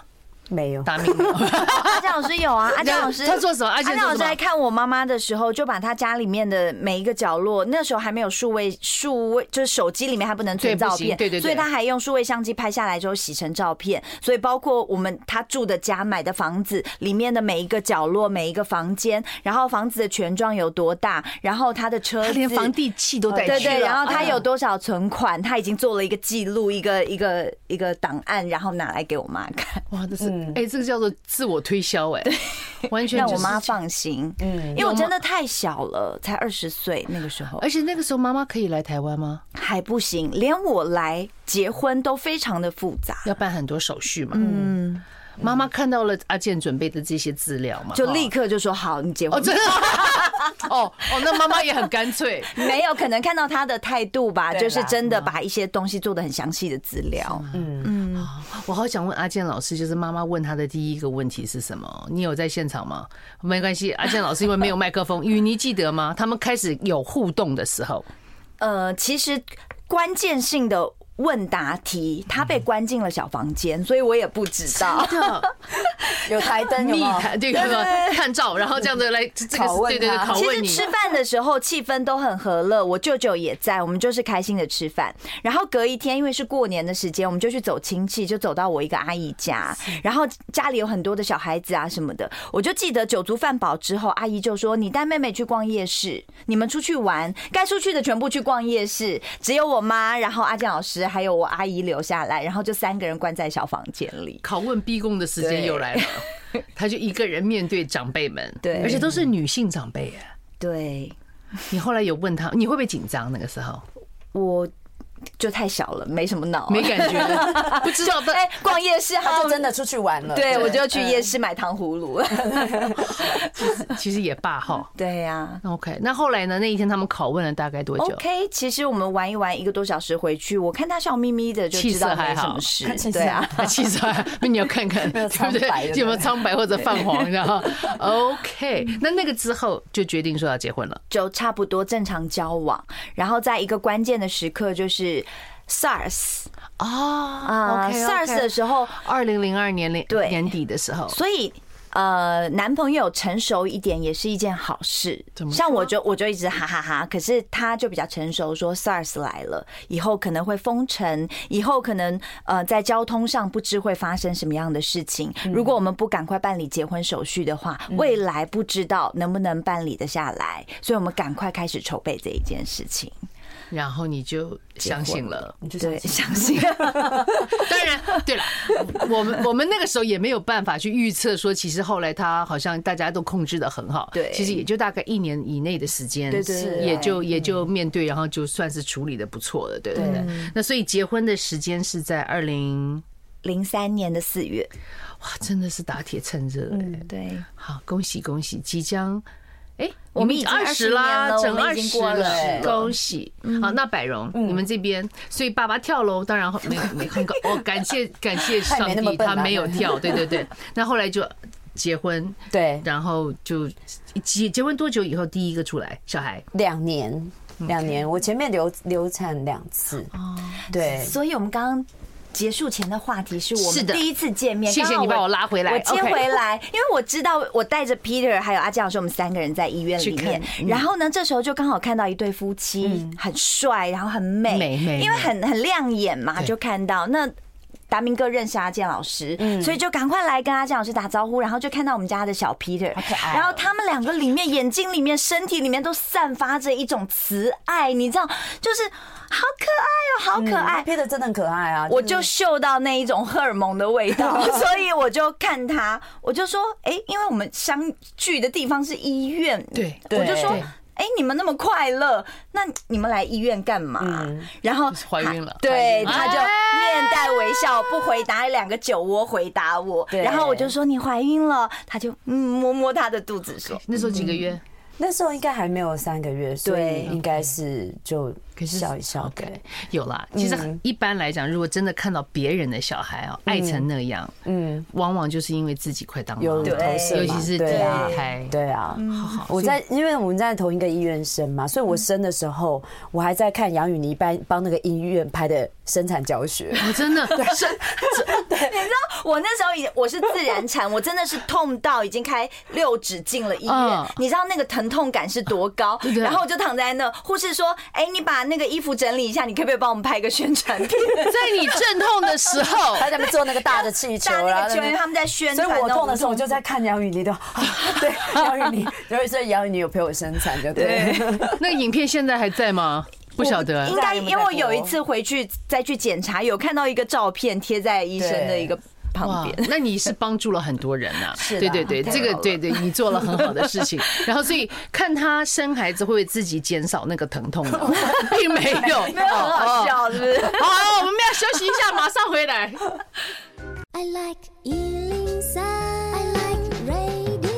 [SPEAKER 6] 没有，
[SPEAKER 3] 达明没有，
[SPEAKER 5] 阿江老师有啊，阿
[SPEAKER 3] (laughs)
[SPEAKER 5] 江老师
[SPEAKER 3] 他做什么阿
[SPEAKER 5] 阿
[SPEAKER 3] 江
[SPEAKER 5] 江
[SPEAKER 3] 做
[SPEAKER 5] 老师
[SPEAKER 3] 什么
[SPEAKER 5] 来看我妈妈的时候，就把她家里面的每一个角落，那时候还没有数位数位，就是手机里面还不能存
[SPEAKER 3] 对不
[SPEAKER 5] 照
[SPEAKER 3] 行
[SPEAKER 5] 片，
[SPEAKER 3] 对对对
[SPEAKER 5] 所以她还用数位相机拍下来之后洗成照片。所以包括我们她住的家、买的房子里面的每一个角落、每一个房间，然后房子的全幢有多大，然后她的车
[SPEAKER 3] (laughs) 他
[SPEAKER 5] 子
[SPEAKER 3] 连房地契都带去了。
[SPEAKER 5] 呃对对，然后他
[SPEAKER 3] 哎
[SPEAKER 5] 有
[SPEAKER 3] 呀
[SPEAKER 5] 多少存款，他已经做了一个记录，一个一个一个档案，然后拿来给我妈看，
[SPEAKER 3] 哇，这是哎，这个叫做自我推销哎，完全
[SPEAKER 5] 嗯让
[SPEAKER 3] 就
[SPEAKER 5] 我
[SPEAKER 3] 是
[SPEAKER 5] 妈。放心。嗯，因为我真的太小了，才二十岁那个时候，
[SPEAKER 3] 而且那个时候妈妈可以来台湾吗？
[SPEAKER 5] 还不行，连我来结婚都非常的复杂，
[SPEAKER 3] 要办很多手续嘛。嗯，妈妈看到了阿健准备的这些资料嘛，
[SPEAKER 5] 就
[SPEAKER 3] 哈
[SPEAKER 5] 立刻就说好，你结
[SPEAKER 3] 哦，
[SPEAKER 5] 婚。
[SPEAKER 3] 真的 (laughs) 哦哦，那妈妈也很干脆。
[SPEAKER 5] 没有，可能看到他的态
[SPEAKER 3] (laughs)
[SPEAKER 5] 度吧，
[SPEAKER 6] 对啦
[SPEAKER 5] 就是真
[SPEAKER 3] 嗯
[SPEAKER 5] 的把一些东西做的很详细的资料。
[SPEAKER 6] 嗯
[SPEAKER 3] 我好想问阿健老师，就是妈妈问他的第一个问题是什么？你有在现场吗？没关系，阿健老师因为没有麦克风，雨妮记得吗？他们开始有互动的时候，
[SPEAKER 5] 呃，其实关键性的问答题，他被关进了小房间，所以我也不知道。 (laughs)
[SPEAKER 6] 有台灯有
[SPEAKER 3] 密
[SPEAKER 6] 没有？
[SPEAKER 3] 谈对吧？看照，然后这样子来这个
[SPEAKER 6] 拷
[SPEAKER 3] 是
[SPEAKER 6] 问
[SPEAKER 3] 对对对
[SPEAKER 6] 他
[SPEAKER 3] 拷
[SPEAKER 5] 其
[SPEAKER 3] 问
[SPEAKER 5] 实
[SPEAKER 3] 你。
[SPEAKER 5] 吃饭的时候气氛都很和乐，我舅舅也在，我们就是开心的吃饭。然后隔一天，因为是过年的时间，我们就去走亲戚，就走到我一个阿姨家，然后家里有很多的小孩子啊什么的。我就记得酒足饭饱之后，阿姨就说：“你带妹妹去逛夜市，你们出去玩，该出去的全部去逛夜市，只有我妈，然后阿健老师还有我阿姨留下来，然后就三个人关在小房间里。”
[SPEAKER 3] 拷问逼供的时间又来了，他就一个人面对长辈们，
[SPEAKER 5] 对
[SPEAKER 3] 而且都是女性长辈耶。
[SPEAKER 5] 对，
[SPEAKER 3] 你后来有问他，你会不会紧张那个时候？
[SPEAKER 5] 我就太小了，没什么啊脑，
[SPEAKER 3] 没感觉了，哦不知 (laughs) 道的。
[SPEAKER 5] 哎、逛夜市
[SPEAKER 6] 他
[SPEAKER 5] 好
[SPEAKER 6] 就真。的出去玩了。
[SPEAKER 5] 对，我就去夜市买糖葫芦。
[SPEAKER 3] 其实也罢哈。
[SPEAKER 5] 对 (laughs) 呀、
[SPEAKER 3] OK，那后来呢？那一天他们拷问了大概多久
[SPEAKER 5] OK，其实我们玩一玩一个多小时回去，我看他笑眯眯的，就
[SPEAKER 3] 气
[SPEAKER 5] 知道
[SPEAKER 3] 色还
[SPEAKER 5] 没什
[SPEAKER 3] 好
[SPEAKER 5] 么事
[SPEAKER 6] 看起。来
[SPEAKER 5] 对啊，
[SPEAKER 3] (laughs) 啊，其实啊，那你要看
[SPEAKER 5] (laughs)
[SPEAKER 3] 看，
[SPEAKER 6] 没有
[SPEAKER 3] 对不
[SPEAKER 6] 苍白
[SPEAKER 3] 对？
[SPEAKER 6] 的
[SPEAKER 3] 有没有苍白或者泛黄，然后 (laughs) OK，那那个之后就决定说要结婚了。
[SPEAKER 5] 就差不多正常交往，然后在一个关键的时刻就是 SARS
[SPEAKER 3] 啊
[SPEAKER 5] 啊、SARS 的时候，
[SPEAKER 3] 二零零二年年
[SPEAKER 5] 对
[SPEAKER 3] 年底的时候，
[SPEAKER 5] 所以。呃，男朋友成熟一点也是一件好事
[SPEAKER 3] 怎。么说
[SPEAKER 5] 像我就我就一直哈哈哈可是他就比较成熟，说 SARS 来了以后可能会封城，以后可能呃在交通上不知会发生什么样的事情。
[SPEAKER 3] 嗯
[SPEAKER 5] 如果我们不赶快办理结婚手续的话，未来不知道能不能办理得下来，所以我们赶快开始筹备这一件事情。
[SPEAKER 3] 然后你就相信了。
[SPEAKER 6] 你就
[SPEAKER 5] 对，
[SPEAKER 6] 想
[SPEAKER 5] 相信。
[SPEAKER 3] 当然，对了，我
[SPEAKER 5] (laughs)
[SPEAKER 3] 们我们那个时候也没有办法去预测说，其实后来他好像大家都控制的很好，
[SPEAKER 5] 对
[SPEAKER 3] 其实也就大概一年以内的时间，
[SPEAKER 5] 对对对嗯
[SPEAKER 3] 也就也就面对，然后就算是处理的不错了，对对对。那所以结婚的时间是在二零，
[SPEAKER 5] 零三年的四月，
[SPEAKER 3] 哇，真的是打铁趁热，哎
[SPEAKER 5] 对，
[SPEAKER 3] 好，恭喜恭喜，即将。哎，
[SPEAKER 5] 我们
[SPEAKER 3] 你
[SPEAKER 5] 已经
[SPEAKER 3] 20
[SPEAKER 5] 20
[SPEAKER 3] 啦，
[SPEAKER 5] 年了
[SPEAKER 3] 整
[SPEAKER 5] 我
[SPEAKER 3] 二
[SPEAKER 5] 们已经
[SPEAKER 3] 十
[SPEAKER 5] 过了嗯
[SPEAKER 3] 了，恭喜！好，那百荣，你们这边，所以爸爸跳楼，当然没有没很
[SPEAKER 5] (laughs)
[SPEAKER 3] 高，我感谢感谢
[SPEAKER 6] 他也
[SPEAKER 3] 上
[SPEAKER 6] 没那
[SPEAKER 3] 帝，
[SPEAKER 6] 么笨
[SPEAKER 3] 他
[SPEAKER 6] 啊
[SPEAKER 3] 没有跳，对对对。那后来就结婚，
[SPEAKER 6] (laughs) 对
[SPEAKER 3] 然后就结结婚多久以后第一个出来小孩？
[SPEAKER 6] 两年，两年，我前面流流产两次。哦，对，
[SPEAKER 5] 所以我们刚刚。结束前的话题是我
[SPEAKER 3] 是
[SPEAKER 5] 们
[SPEAKER 3] 的
[SPEAKER 5] 第一次见面，
[SPEAKER 3] 谢谢
[SPEAKER 5] 刚好
[SPEAKER 3] 你把我拉回来
[SPEAKER 5] 啊我接
[SPEAKER 3] OK
[SPEAKER 5] 回来，因为我知道我带着 Peter 还有阿健老师，我们三个人在医院里面
[SPEAKER 3] 去，嗯
[SPEAKER 5] 然后呢，这时候就刚好看到一对夫妻，很帅，然后很美，
[SPEAKER 3] 美美
[SPEAKER 5] 因为很很亮眼嘛，
[SPEAKER 2] 对
[SPEAKER 5] 就看到那。达明哥认识阿健老师，
[SPEAKER 3] 嗯
[SPEAKER 5] 所以就赶快来跟阿健老师打招呼，然后就看到我们家的小 Peter，然
[SPEAKER 6] 哦
[SPEAKER 5] 后他们两个里面眼睛里面、身体里面都散发着一种慈爱，你知道，就是好可爱
[SPEAKER 3] 嗯
[SPEAKER 5] 哦，好可爱。
[SPEAKER 6] p e 真的很可爱啊。
[SPEAKER 5] 我就嗅到那一种荷尔蒙的
[SPEAKER 3] (laughs)
[SPEAKER 5] 味道，所以我就看他，我就说，哎、因为我们相聚的地方是医院，
[SPEAKER 3] 对
[SPEAKER 5] 我就说
[SPEAKER 6] 对，
[SPEAKER 5] 哎、你们那么快乐，那你们来医院干嘛？然后
[SPEAKER 3] 嗯怀
[SPEAKER 5] 他
[SPEAKER 3] 孕了哎
[SPEAKER 5] 对，
[SPEAKER 3] 怀孕了
[SPEAKER 5] 他就面带微笑，不回答两个酒窝回答我，
[SPEAKER 6] 对
[SPEAKER 5] 然后我就说你怀孕了，他就嗯摸摸他的肚子说，
[SPEAKER 3] 那时候几个月？
[SPEAKER 6] 那时候应该还没有三个月，所
[SPEAKER 5] 对嗯
[SPEAKER 6] 以应该是就
[SPEAKER 3] 可是
[SPEAKER 6] 笑一笑。
[SPEAKER 3] OK，
[SPEAKER 6] 对，
[SPEAKER 3] 有啦。其实一般来讲，如果真的看到别人的小孩哦，爱成那样，
[SPEAKER 6] 嗯，
[SPEAKER 3] 往往就是因为自己快当妈
[SPEAKER 6] 有
[SPEAKER 3] 了
[SPEAKER 6] 投射嘛，
[SPEAKER 3] 尤其是第
[SPEAKER 6] 对啊
[SPEAKER 3] 一胎，
[SPEAKER 6] 对啊，
[SPEAKER 5] 嗯
[SPEAKER 3] 好
[SPEAKER 6] 我在因为我们在同一个医院生嘛，所以我生的时候，我还在看杨雨妮帮帮那个医院拍的生产教学。 (laughs)
[SPEAKER 3] 我真的是
[SPEAKER 5] 我那时候已我是自然
[SPEAKER 3] (laughs)
[SPEAKER 5] 产，我真的是痛到已经开六指进了医
[SPEAKER 3] 嗯
[SPEAKER 5] 院，你知道那个疼痛感是多高
[SPEAKER 3] 对？
[SPEAKER 5] 然后我就躺在那，护士说：“哎，你把那个衣服整理一下，你可不可以帮我们拍个宣传
[SPEAKER 3] (laughs)
[SPEAKER 5] 片
[SPEAKER 3] 在你阵痛的时
[SPEAKER 6] (laughs)
[SPEAKER 3] 候，
[SPEAKER 6] 还在那边做那个大的气？”球，
[SPEAKER 5] 大
[SPEAKER 6] 然后
[SPEAKER 5] 那个
[SPEAKER 6] 在
[SPEAKER 5] 球
[SPEAKER 6] 那
[SPEAKER 5] 员
[SPEAKER 6] 边
[SPEAKER 5] 他们在宣
[SPEAKER 6] 所以
[SPEAKER 5] 传，
[SPEAKER 6] 我痛的时候，我
[SPEAKER 5] 那种
[SPEAKER 6] 就在看杨雨妮的，啊 (laughs) 对杨雨妮，所以所以杨雨妮有陪我生产，就对。
[SPEAKER 3] 那个影片现在还在吗？不晓得
[SPEAKER 5] 应。该因为我有一次回去再去检查，有看到一个照片贴在医生的一个旁
[SPEAKER 3] 哇
[SPEAKER 5] 边。，
[SPEAKER 3] 那你是帮助了很多人呐、啊
[SPEAKER 6] 啦
[SPEAKER 3] 对对对，
[SPEAKER 5] 太
[SPEAKER 3] 这个
[SPEAKER 5] 好了
[SPEAKER 3] 对对，你做了很好的事情。然后，所以看他生孩子会不会自己减少那个疼痛呢？并没有，没
[SPEAKER 5] 没有很好。笑，是不是？
[SPEAKER 3] 好，我们要休息一下，马上回来。
[SPEAKER 7] I like Ealing Sound. I like radio.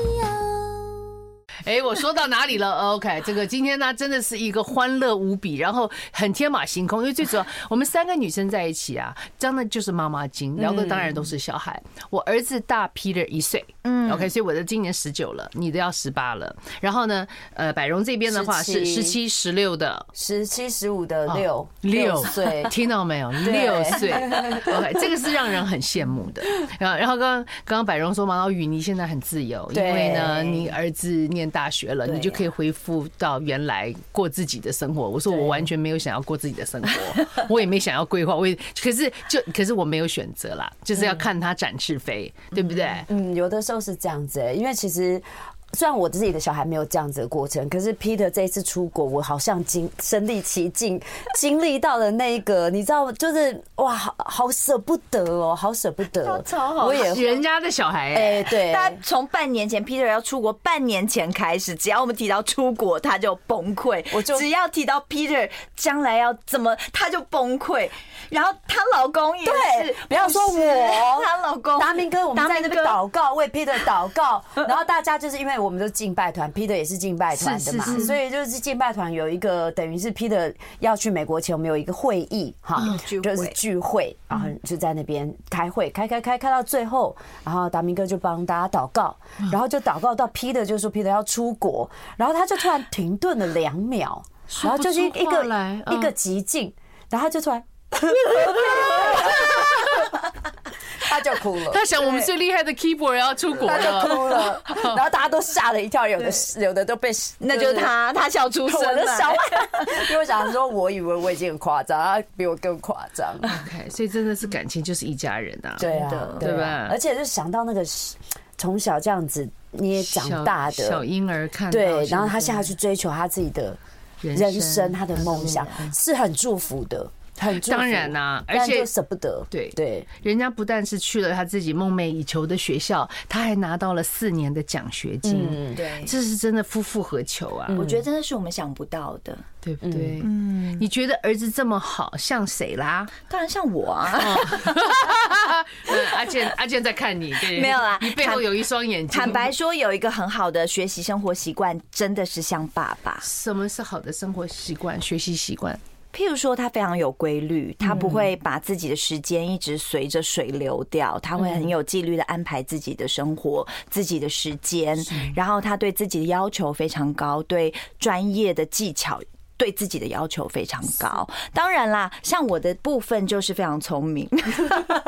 [SPEAKER 3] 哎，我说到哪里了？OK，这个今天呢，真的是一个欢乐无比，然后很天马行空，因为最主要我们三个女生在一起啊，真的就是妈妈经，聊的当然都是小孩。我儿子大 Peter 一岁，嗯，OK，所以我的今年十九了，你的要十八了。然后呢，呃，百荣这边的话是呃十七、
[SPEAKER 6] 17
[SPEAKER 3] 十六的。
[SPEAKER 6] 十七十五的
[SPEAKER 5] 哦
[SPEAKER 6] 六
[SPEAKER 3] 六，
[SPEAKER 6] 岁
[SPEAKER 3] (laughs) 听到没有？六岁，OK，这个是让人很羡慕
[SPEAKER 6] (laughs)
[SPEAKER 3] 的。然后，然后刚刚刚百荣说嘛，然后雨妮现在很自由，因为呢，
[SPEAKER 6] 对
[SPEAKER 3] 你儿子念大学了，你就可以恢复到原来过自己的生活。我说我完全没有想要过自己的生活， (laughs) 我也没想要规划，我也可是就可是我没有选择啦，就是要看他展翅飞，对不对？
[SPEAKER 6] 嗯嗯，有的时候是这样子、欸，因为其实。虽然我自己的小孩没有这样子的过程，可是 Peter 这一次出国，我好像经身临其境，经历到了那个，你知道，就是哇，好好舍不得哦，好舍不得，我也会
[SPEAKER 3] 人家的小孩哎、
[SPEAKER 6] 哎、对，
[SPEAKER 5] 大家从半年前 Peter 要出国，半年前开始，只要我们提到出国，他就崩溃。
[SPEAKER 6] 我就
[SPEAKER 5] 只要提到 Peter 将来要怎么，他就崩溃。然后她老公也是
[SPEAKER 6] 对，，不要说我，
[SPEAKER 5] 她老公
[SPEAKER 6] 达明哥，我们在那边
[SPEAKER 5] 达
[SPEAKER 6] 祷告，为 Peter 祷告，然后大家就是因为我们都是敬拜团，Peter 也是敬拜团的嘛
[SPEAKER 3] 是是，是
[SPEAKER 6] 所以就是敬拜团有一个等于是 Peter 要去美国前，我们有一个会议哈
[SPEAKER 5] 嗯，聚会
[SPEAKER 6] 就是聚会，然后就在那边开会，开开开开到最后，然后达明哥就帮大家祷告，然后就祷告到 Peter 就说 Peter 要出国，然后他就突然停顿了两秒，然后就是一
[SPEAKER 3] 说不出话
[SPEAKER 6] 个
[SPEAKER 3] 来嗯
[SPEAKER 6] 一个极静，然后他就突然。他就哭了，
[SPEAKER 3] 他想我们最厉害的 keyboard 要出国
[SPEAKER 6] 他就
[SPEAKER 3] 了，
[SPEAKER 6] 哭
[SPEAKER 3] (laughs)
[SPEAKER 6] 了，然后大家都吓了一跳，有的有的都被，
[SPEAKER 5] 那就是她，她笑出声
[SPEAKER 6] 我的
[SPEAKER 5] 来
[SPEAKER 6] 小孩， (laughs) 因为我想说，我以为我已经很夸
[SPEAKER 3] (laughs)
[SPEAKER 6] 张，他比我更夸张，
[SPEAKER 3] OK，所以真的是感情就是一家人啊。
[SPEAKER 6] 对啊
[SPEAKER 5] 的，
[SPEAKER 3] 对吧
[SPEAKER 6] 啊而且就想到那个从小这样子捏
[SPEAKER 3] 小，
[SPEAKER 6] 长大
[SPEAKER 3] 小
[SPEAKER 6] 的，
[SPEAKER 3] 婴儿看到
[SPEAKER 6] 对，
[SPEAKER 3] 是
[SPEAKER 6] 然后
[SPEAKER 3] 真
[SPEAKER 6] 他
[SPEAKER 3] 的
[SPEAKER 6] 现在去追求他自己的人
[SPEAKER 3] 人
[SPEAKER 6] 生，
[SPEAKER 3] 生，
[SPEAKER 6] 他的梦想，是很祝福的，很祝福
[SPEAKER 3] 当然啦而
[SPEAKER 6] 但
[SPEAKER 3] 且
[SPEAKER 6] 就舍不得，
[SPEAKER 3] 对
[SPEAKER 6] 对。
[SPEAKER 3] 人家不但是去了他自己梦寐以求的学校，他还拿到了四年的奖学金，
[SPEAKER 6] 嗯
[SPEAKER 5] 对，
[SPEAKER 3] 这是真的夫复何求啊，
[SPEAKER 5] 我觉得真的是我们想不到的。
[SPEAKER 3] 对不对？嗯，你觉得儿子这么好，像谁
[SPEAKER 6] (laughs)
[SPEAKER 3] 啦？
[SPEAKER 5] 当然像我
[SPEAKER 6] 哦
[SPEAKER 5] 啊，
[SPEAKER 3] 嗯阿健，阿健在看你，对，
[SPEAKER 5] 没有啦
[SPEAKER 3] 你背后有一双眼睛。
[SPEAKER 5] 坦白，说，有一个很好的学习生活习惯，真的是像爸爸。
[SPEAKER 3] 什么是好的生活习惯、学习习惯？
[SPEAKER 5] 譬如说，他非常有规律，他不会把自己的时间一直随着水流掉，他会很
[SPEAKER 3] 嗯
[SPEAKER 5] 有纪律的安排自己的生活、自己的时间，然后他对自己的要求非常高，对专业的技巧。对自己的要求非常高，当然啦，像我的部分就是非常聪明、
[SPEAKER 3] 哦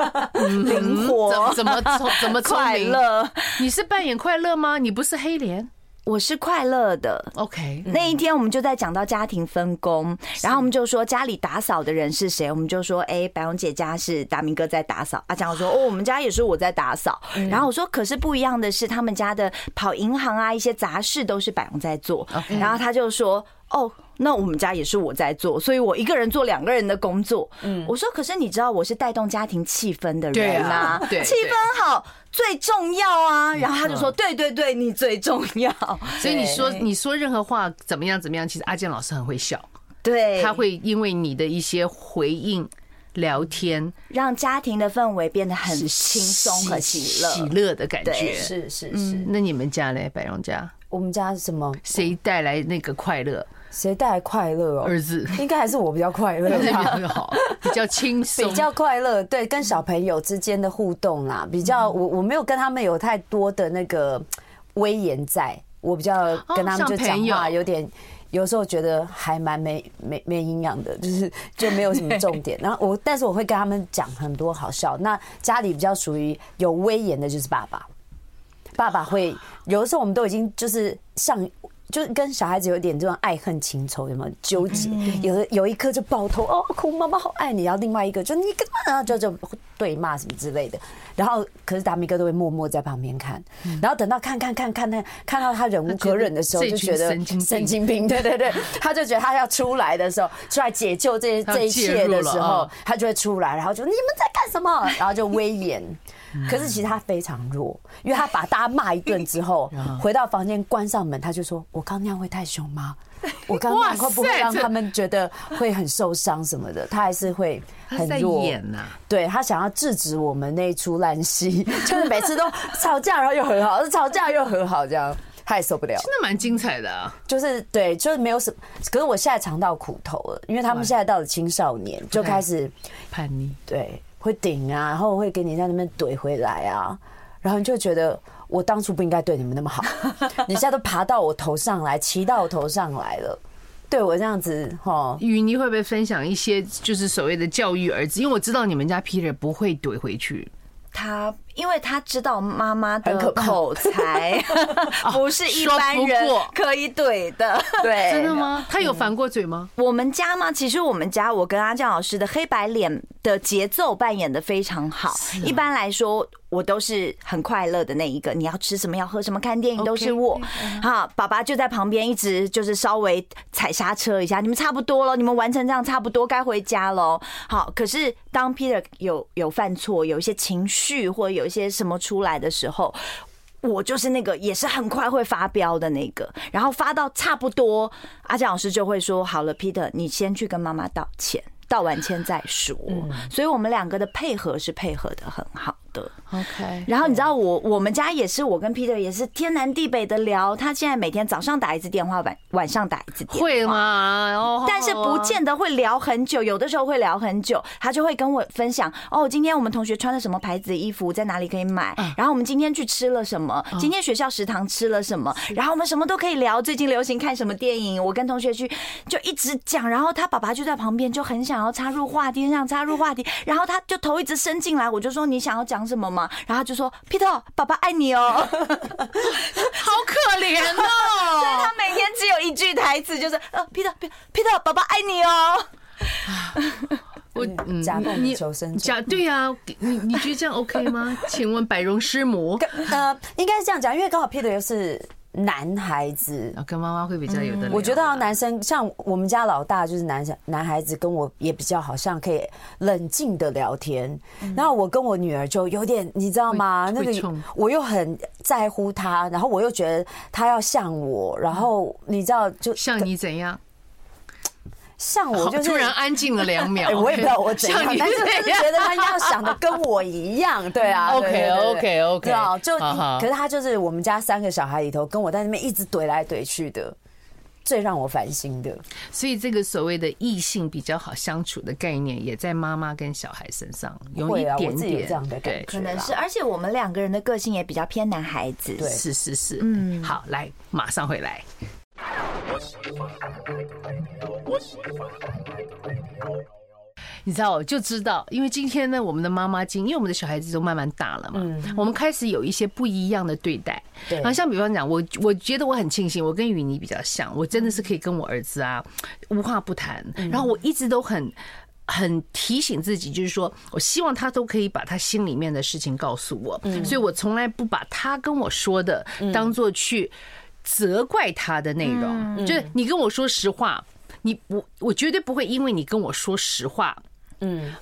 [SPEAKER 5] 灵活
[SPEAKER 3] 嗯怎、怎么聪怎么聪
[SPEAKER 5] (laughs) 快
[SPEAKER 3] 明？
[SPEAKER 5] 乐，
[SPEAKER 3] 你是扮演快乐吗？你不是黑脸
[SPEAKER 5] 我是快乐的，
[SPEAKER 3] ？OK，
[SPEAKER 5] 那一天我们就在讲到家庭分工，然后我们就说家里打扫的人是谁，我们就说，哎、白荣姐家是达明哥在打扫，阿强我说，哦，我们家也是我在打扫，
[SPEAKER 3] 嗯
[SPEAKER 5] 然后我说，可是不一样的是，他们家的跑银行啊，一些杂事都是白荣在做，然后他就说，哦。那我们家也是我在做，所以我一个人做两个人的工作。嗯，我说，可是你知道我是带动家庭气氛的
[SPEAKER 3] 对
[SPEAKER 5] 人
[SPEAKER 3] 啊
[SPEAKER 5] 呐、
[SPEAKER 3] 对对
[SPEAKER 5] 气氛好最重要啊。然后他就说，对对对，你最重要。
[SPEAKER 3] 嗯所以你说
[SPEAKER 5] 对
[SPEAKER 3] 你说任何话怎么样怎么样，其实阿健老师很会笑，
[SPEAKER 5] 对，
[SPEAKER 3] 他会因为你的一些回应、聊天，
[SPEAKER 5] 让家庭的氛围变得很轻松和喜乐。
[SPEAKER 3] 喜乐的感觉
[SPEAKER 5] 对。
[SPEAKER 6] 是是是，
[SPEAKER 3] 那你们家嘞，百荣家
[SPEAKER 6] 我们家什么
[SPEAKER 3] 嗯谁带来那个快乐？
[SPEAKER 6] 谁带来快乐哦？
[SPEAKER 3] 儿子
[SPEAKER 6] 应该还是我比较快乐
[SPEAKER 3] 那
[SPEAKER 6] 吧，
[SPEAKER 3] (laughs) 比较好，比较轻松，
[SPEAKER 6] 比较快乐，对，跟小朋友之间的互动啦，比较
[SPEAKER 3] 嗯
[SPEAKER 6] 我我没有跟他们有太多的那个威严在，我比较跟他们就
[SPEAKER 3] 哦像
[SPEAKER 6] 讲
[SPEAKER 3] 朋友
[SPEAKER 6] 话有点。有时候觉得还蛮没没没营养的，就是就没有什么重
[SPEAKER 3] (laughs)
[SPEAKER 6] 点。然后我，但是我会跟他们讲很多好笑。那家里比较属于有威严的，就是爸爸。爸爸会有的时候我们都已经就是像。就是跟小孩子有点这种爱恨情仇，有没有纠结？
[SPEAKER 3] 嗯
[SPEAKER 6] 有的有一刻就抱头哦，哭妈妈好爱你，然后另外一个就你干嘛？然后就就对骂什么之类的。然后可是达明哥都会默默在旁边看，
[SPEAKER 3] 嗯
[SPEAKER 6] 然后等到看看看看看看到他忍无可忍的时候，
[SPEAKER 3] 他觉
[SPEAKER 6] 就
[SPEAKER 3] 得
[SPEAKER 6] 觉得
[SPEAKER 3] 这群神经病 (laughs)
[SPEAKER 6] 神经病，对对对，他就觉得他要出来的时候，出来解救这些
[SPEAKER 3] 他要
[SPEAKER 6] 这一切的
[SPEAKER 3] 介
[SPEAKER 6] 时
[SPEAKER 3] 入了
[SPEAKER 6] 候
[SPEAKER 3] 啊，
[SPEAKER 6] 他就会出来，然后就你们在干什么？然后就威严。可是其实他非常弱，因为他把大家骂一顿
[SPEAKER 3] (laughs)
[SPEAKER 6] 之后，
[SPEAKER 3] 啊
[SPEAKER 6] 回到房间关上门，他就说：“我刚那样会太凶
[SPEAKER 3] (laughs)
[SPEAKER 6] 吗？我刚那样会不会
[SPEAKER 3] 哇塞
[SPEAKER 6] 让
[SPEAKER 3] 这
[SPEAKER 6] 他们觉得会很受伤什么的？”他还是会
[SPEAKER 3] 他
[SPEAKER 6] 很
[SPEAKER 3] 在
[SPEAKER 6] 弱，
[SPEAKER 3] 演啊呐、
[SPEAKER 6] 对他想要制止我们那一出
[SPEAKER 3] (laughs)
[SPEAKER 6] 烂戏，就是每次都吵架然后又和好，吵架又和好这样。他也受不了，
[SPEAKER 3] 真的蛮精彩的啊！
[SPEAKER 6] 就是对，就是没有什么。可是我现在尝到苦头了，因为他们现在到了青少年，就开始
[SPEAKER 3] 叛逆，
[SPEAKER 6] 对，会顶啊，然后会给你在那边怼回来啊，然后你就觉得我当初不应该对你们那么好， (laughs) 你现在都爬到我头上来，骑到我头上来了，对我这样子哈，
[SPEAKER 3] 雨妮会不会分享一些就是所谓的教育儿子？因为我知道你们家 Peter 不会怼回去，
[SPEAKER 5] 他因为他知道妈妈
[SPEAKER 6] 很可
[SPEAKER 5] 的
[SPEAKER 6] 怕
[SPEAKER 5] 口才不是一般
[SPEAKER 3] 说不
[SPEAKER 5] 人
[SPEAKER 3] 过
[SPEAKER 5] 可以怼的。
[SPEAKER 4] 对，
[SPEAKER 5] 哎
[SPEAKER 3] 真的吗？他有反过嘴吗？
[SPEAKER 5] 我们家吗？其实我们家，我跟阿酱老师的黑白脸的节奏扮演的非常好。一般来说，我都是很快乐的那一个。你要吃什么，要喝什么，看电影
[SPEAKER 3] OK，
[SPEAKER 5] 都是我。哈，爸爸就在旁边一直就是稍微踩刹车一下，你们差不多了，你们完成这样差不多，该回家喽。好，可是当 Peter 有有犯错，有一些情绪或者有一些什么出来的时候，我就是那个也是很快会发飙的那个，然后发到差不多，阿蒋老师就会说：“好了，Peter，你先去跟妈妈道歉，道完歉再说。所以我们两个的配合是配合的很好的。
[SPEAKER 3] OK，
[SPEAKER 5] 然后你知道我我们家也是，我跟 Peter 也是天南地北的聊，他现在每天早上打一次电话，晚晚上打一次电话。
[SPEAKER 3] 会吗？哦，
[SPEAKER 5] 但是不见得会聊很久，有的时候会聊很久，他就会跟我分享哦，今天我们同学穿了什么牌子的衣服，在哪里可以买，然后我们今天去吃了什么，今天学校食堂吃了什么，然后我们什么都可以聊，最近流行看什么电影，我跟同学去就一直讲，然后他爸爸就在旁边就很想要插入话题，很想插入话题，然后他就头一直伸进来，我就说你想要讲什么吗？然后他就说 Peter，爸爸爱你哦。
[SPEAKER 3] 好可怜
[SPEAKER 5] (laughs) 所以
[SPEAKER 3] 哦。
[SPEAKER 5] 他每天只有一句台词，就是呃，Peter Peter Peter，爸爸爱你哦。
[SPEAKER 3] 我嗯
[SPEAKER 6] 假扮
[SPEAKER 3] 你
[SPEAKER 6] 求生者
[SPEAKER 3] 假对呀、你你觉得这样 OK
[SPEAKER 6] (laughs)
[SPEAKER 3] 吗？请问百荣师母
[SPEAKER 6] 呃，应该是这样讲，因为刚好 Peter 又是男孩子，
[SPEAKER 3] 啊跟妈妈会比较有的聊，
[SPEAKER 6] 我觉得啊男生像我们家老大就是男生男孩子，跟我也比较好像可以冷静的聊天。然后我跟我女儿就有点，你知道吗？
[SPEAKER 3] 嗯会
[SPEAKER 6] 那
[SPEAKER 3] 会
[SPEAKER 6] 个
[SPEAKER 3] 冲
[SPEAKER 6] 我又很在乎她，然后我又觉得她要像我，然后你知道就
[SPEAKER 3] 像你怎样？
[SPEAKER 6] 像我
[SPEAKER 3] 好
[SPEAKER 6] 就是
[SPEAKER 3] 突然安静了两秒
[SPEAKER 6] (laughs) 哎，我也不知道我怎
[SPEAKER 3] (laughs)
[SPEAKER 6] 样，
[SPEAKER 3] 像你
[SPEAKER 6] 但是就
[SPEAKER 3] 怎
[SPEAKER 6] 是
[SPEAKER 3] 样
[SPEAKER 6] 觉得他要想的跟我一样，对啊
[SPEAKER 3] (laughs) OK，
[SPEAKER 6] 对对对
[SPEAKER 3] OK，OK，
[SPEAKER 6] 对啊，就
[SPEAKER 3] 好好
[SPEAKER 6] 可是他就是我们家三个小孩里头，跟我在那边一直怼来怼去的，最让我烦心的。
[SPEAKER 3] 所以这个所谓的异性比较好相处的概念，也在妈妈跟小孩身上有一
[SPEAKER 6] 会啊我
[SPEAKER 3] 点
[SPEAKER 6] 自己有
[SPEAKER 3] 点
[SPEAKER 6] 这样的感
[SPEAKER 3] 对
[SPEAKER 6] 觉
[SPEAKER 5] 可能是，而且我们两个人的个性也比较偏男孩子。
[SPEAKER 6] 对
[SPEAKER 3] 是是是，嗯，好，来，马上回来。你知道，我就知道，因为今天呢，我们的妈妈经，因为我们的小孩子都慢慢大了嘛，我们开始有一些不一样的对待。
[SPEAKER 6] 对
[SPEAKER 3] 然后像比方讲，我我觉得我很庆幸，我跟雨妮比较像，我真的是可以跟我儿子啊无话不谈，然后我一直都很。很提醒自己，就是说我希望他都可以把他心里面的事情告诉我，所以我从来不把他跟我说的当做去责怪他的内容，就是你跟我说实话，你我我绝对不会因为你跟我说实话，
[SPEAKER 6] 嗯，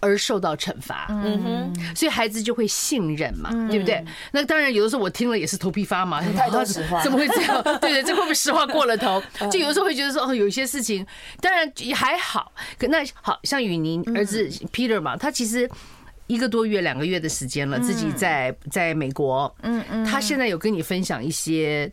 [SPEAKER 3] 而受到惩罚，嗯哼，所以孩子就会信任嘛，对不对？那当然，有的时候我听了也是头皮发麻，
[SPEAKER 6] 太多实话
[SPEAKER 3] 怎么会这样？对对，这会不会实话过了头？就有的时候会觉得说，哦，有一些事情，当然也还好。可那好像雨宁儿子 Peter 嘛，他其实。一个多月、两个月的时间了，自己在在美国，嗯嗯，他现在有跟你分享一些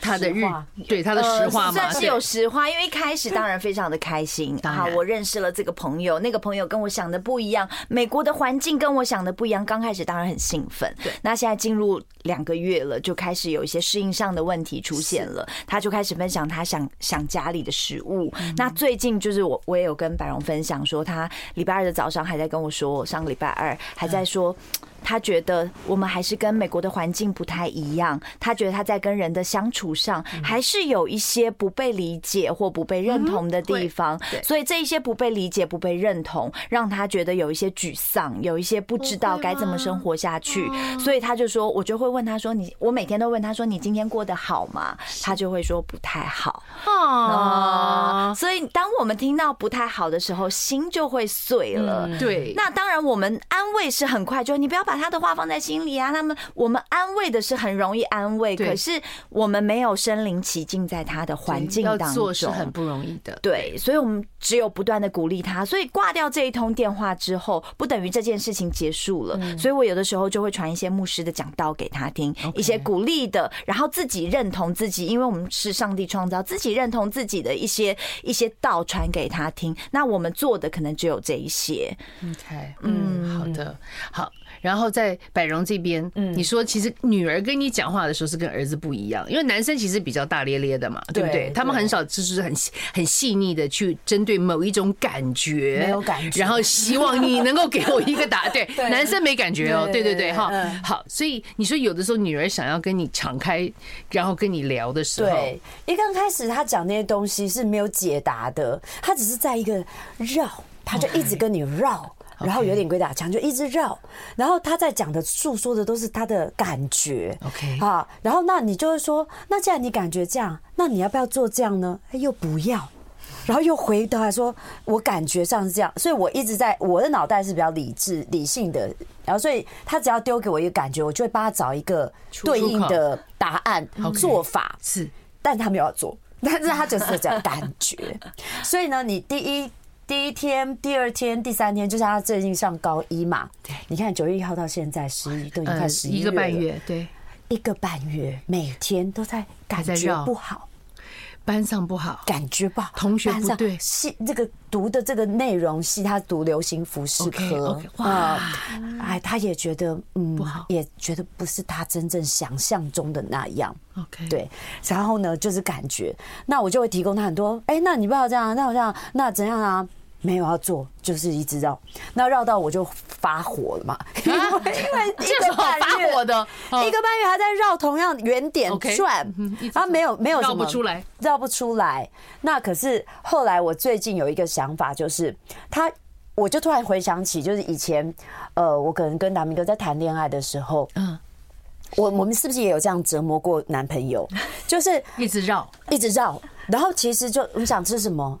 [SPEAKER 3] 他的日
[SPEAKER 6] 实话，
[SPEAKER 3] 对他的实话嘛，
[SPEAKER 5] 算是
[SPEAKER 3] 对
[SPEAKER 5] 有呃实话，因为一开始当然非常的开心。
[SPEAKER 3] 当然
[SPEAKER 5] 好，我认识了这个朋友，那个朋友跟我想的不一样，美国的环境跟我想的不一样。刚开始当然很兴奋，那现在进入两个月了，就开始有一些适应上的问题出现了。他就开始分享他想想家里的食物。那最近就是我我也有跟百荣分享说，他礼拜二的早上还在跟我说，上个礼拜二还在说。他觉得我们还是跟美国的环境不太一样，他觉得他在跟人的相处上还是有一些不被理解或不被认同的地方，
[SPEAKER 3] 对
[SPEAKER 5] 所以这一些不被理解、不被认同，让他觉得有一些沮丧，有一些不知道该怎么生活下去，
[SPEAKER 3] 哦
[SPEAKER 5] 所以他就说，我就会问他说：“你，我每天都问他说你今天过得好吗？”他就会说不太好。啊、
[SPEAKER 3] 啊，
[SPEAKER 5] 所以当我们听到不太好的时候，心就会碎了。
[SPEAKER 3] 嗯对，
[SPEAKER 5] 那当然，我们安慰是很快，就你不要把他的话放在心里啊。他们我们安慰的是很容易安慰，
[SPEAKER 3] 对
[SPEAKER 5] 可是我们没有身临其境在他的环境
[SPEAKER 3] 要
[SPEAKER 5] 当
[SPEAKER 3] 做是很
[SPEAKER 5] 中。
[SPEAKER 3] 不容易的，
[SPEAKER 5] 对，所以我们只有不断的鼓励他。所以挂掉这一通电话之后，不等于这件事情结束了。所以我有的时候就会传一些牧师的讲道给他听，一些鼓励的，然后自己认同自己，因为我们是上帝创造，自己认同自己的一些一些道传给他听。那我们做的可能只有这一些。
[SPEAKER 3] 嗯
[SPEAKER 6] 嗯
[SPEAKER 3] OK，嗯，好的，好。然后在百荣这边，
[SPEAKER 4] 嗯
[SPEAKER 3] 你说其实女儿跟你讲话的时候是跟儿子不一样，因为男生其实比较大咧咧的嘛，对不对？
[SPEAKER 6] 对
[SPEAKER 3] 他们很少就是很细很细腻的去针对某一种感觉，
[SPEAKER 6] 没有感觉
[SPEAKER 3] 然后希望你能够给我一个答
[SPEAKER 6] (laughs)
[SPEAKER 3] 案。对，
[SPEAKER 6] 对
[SPEAKER 3] 男生没感觉哦，对对
[SPEAKER 6] 对对
[SPEAKER 3] 对，
[SPEAKER 6] 对
[SPEAKER 3] 哈
[SPEAKER 6] 嗯，
[SPEAKER 3] 好，所以你说有的时候女儿想要跟你敞开，然后跟你聊的时候，
[SPEAKER 6] 对，一刚开始他讲那些东西是没有解答的，他只是在一个绕，他就一直跟你绕。
[SPEAKER 3] 嗯
[SPEAKER 6] 然后有点鬼打墙，就一直绕。然后他在讲的、诉说的都是他的感觉
[SPEAKER 3] OK
[SPEAKER 6] 啊。然后那你就会说，那既然你感觉这样，那你要不要做这样呢？哎又不要，然后又回头来说，我感觉上是这样。所以我一直在我的脑袋是比较理智、理性的。然后所以他只要丢给我一个感觉，我就会帮他找一个
[SPEAKER 3] 出
[SPEAKER 6] 对
[SPEAKER 3] 出
[SPEAKER 6] 应
[SPEAKER 3] 口
[SPEAKER 6] 的答案、
[SPEAKER 3] OK
[SPEAKER 6] 做法。
[SPEAKER 3] 是
[SPEAKER 6] 但他没有要做， (laughs) 但是他就是有这样感觉。所以呢，你第一第一天、第二天、第三天，就像他最近上高一嘛，你看九月一号到现在十一都已经快十
[SPEAKER 3] 呃一
[SPEAKER 6] 一
[SPEAKER 3] 个半
[SPEAKER 6] 月了，
[SPEAKER 3] 月，对，
[SPEAKER 6] 一个半月，每天都在感
[SPEAKER 3] 在
[SPEAKER 6] 觉
[SPEAKER 3] 绕
[SPEAKER 6] 不好，
[SPEAKER 3] 班上不好，
[SPEAKER 6] 感觉不好，
[SPEAKER 3] 同学
[SPEAKER 6] 班
[SPEAKER 3] 不
[SPEAKER 6] 上
[SPEAKER 3] 对
[SPEAKER 6] 系这个读的这个内容系他读流行服饰
[SPEAKER 3] OK，OK，
[SPEAKER 6] 科，
[SPEAKER 3] 哇
[SPEAKER 6] 啊，哎，他也觉得嗯
[SPEAKER 3] 不好
[SPEAKER 6] 也觉得不是他真正想象中的那样。
[SPEAKER 3] OK，，
[SPEAKER 6] 对，然后呢就是感觉，那我就会提供他很多，哎、那你不要这样啊，那我这样，那怎样啊？没有要做，就是一直绕，那绕到我就发火了嘛， (laughs) 因为
[SPEAKER 3] (laughs) 这
[SPEAKER 6] 因为
[SPEAKER 3] 有
[SPEAKER 6] 一
[SPEAKER 3] 什
[SPEAKER 6] 个
[SPEAKER 3] 么好
[SPEAKER 6] 半
[SPEAKER 3] 发
[SPEAKER 6] 月
[SPEAKER 3] 火的？哦
[SPEAKER 6] 一个半月还在绕同样原点
[SPEAKER 3] OK，
[SPEAKER 6] 转
[SPEAKER 3] 嗯哼一直，
[SPEAKER 6] 啊，没有没有
[SPEAKER 3] 绕
[SPEAKER 6] 什么
[SPEAKER 3] 不出来，
[SPEAKER 6] 绕不出来。那可是后来我最近有一个想法，就是他，我就突然回想起，就是以前，呃，我可能跟达明哥在谈恋爱的时候，
[SPEAKER 3] 嗯
[SPEAKER 6] 嗯。我我们是不是也有这样折磨过男
[SPEAKER 3] (laughs)
[SPEAKER 6] 朋友？就是
[SPEAKER 3] 一直绕，
[SPEAKER 6] 一直绕，然后其实就你想吃什么，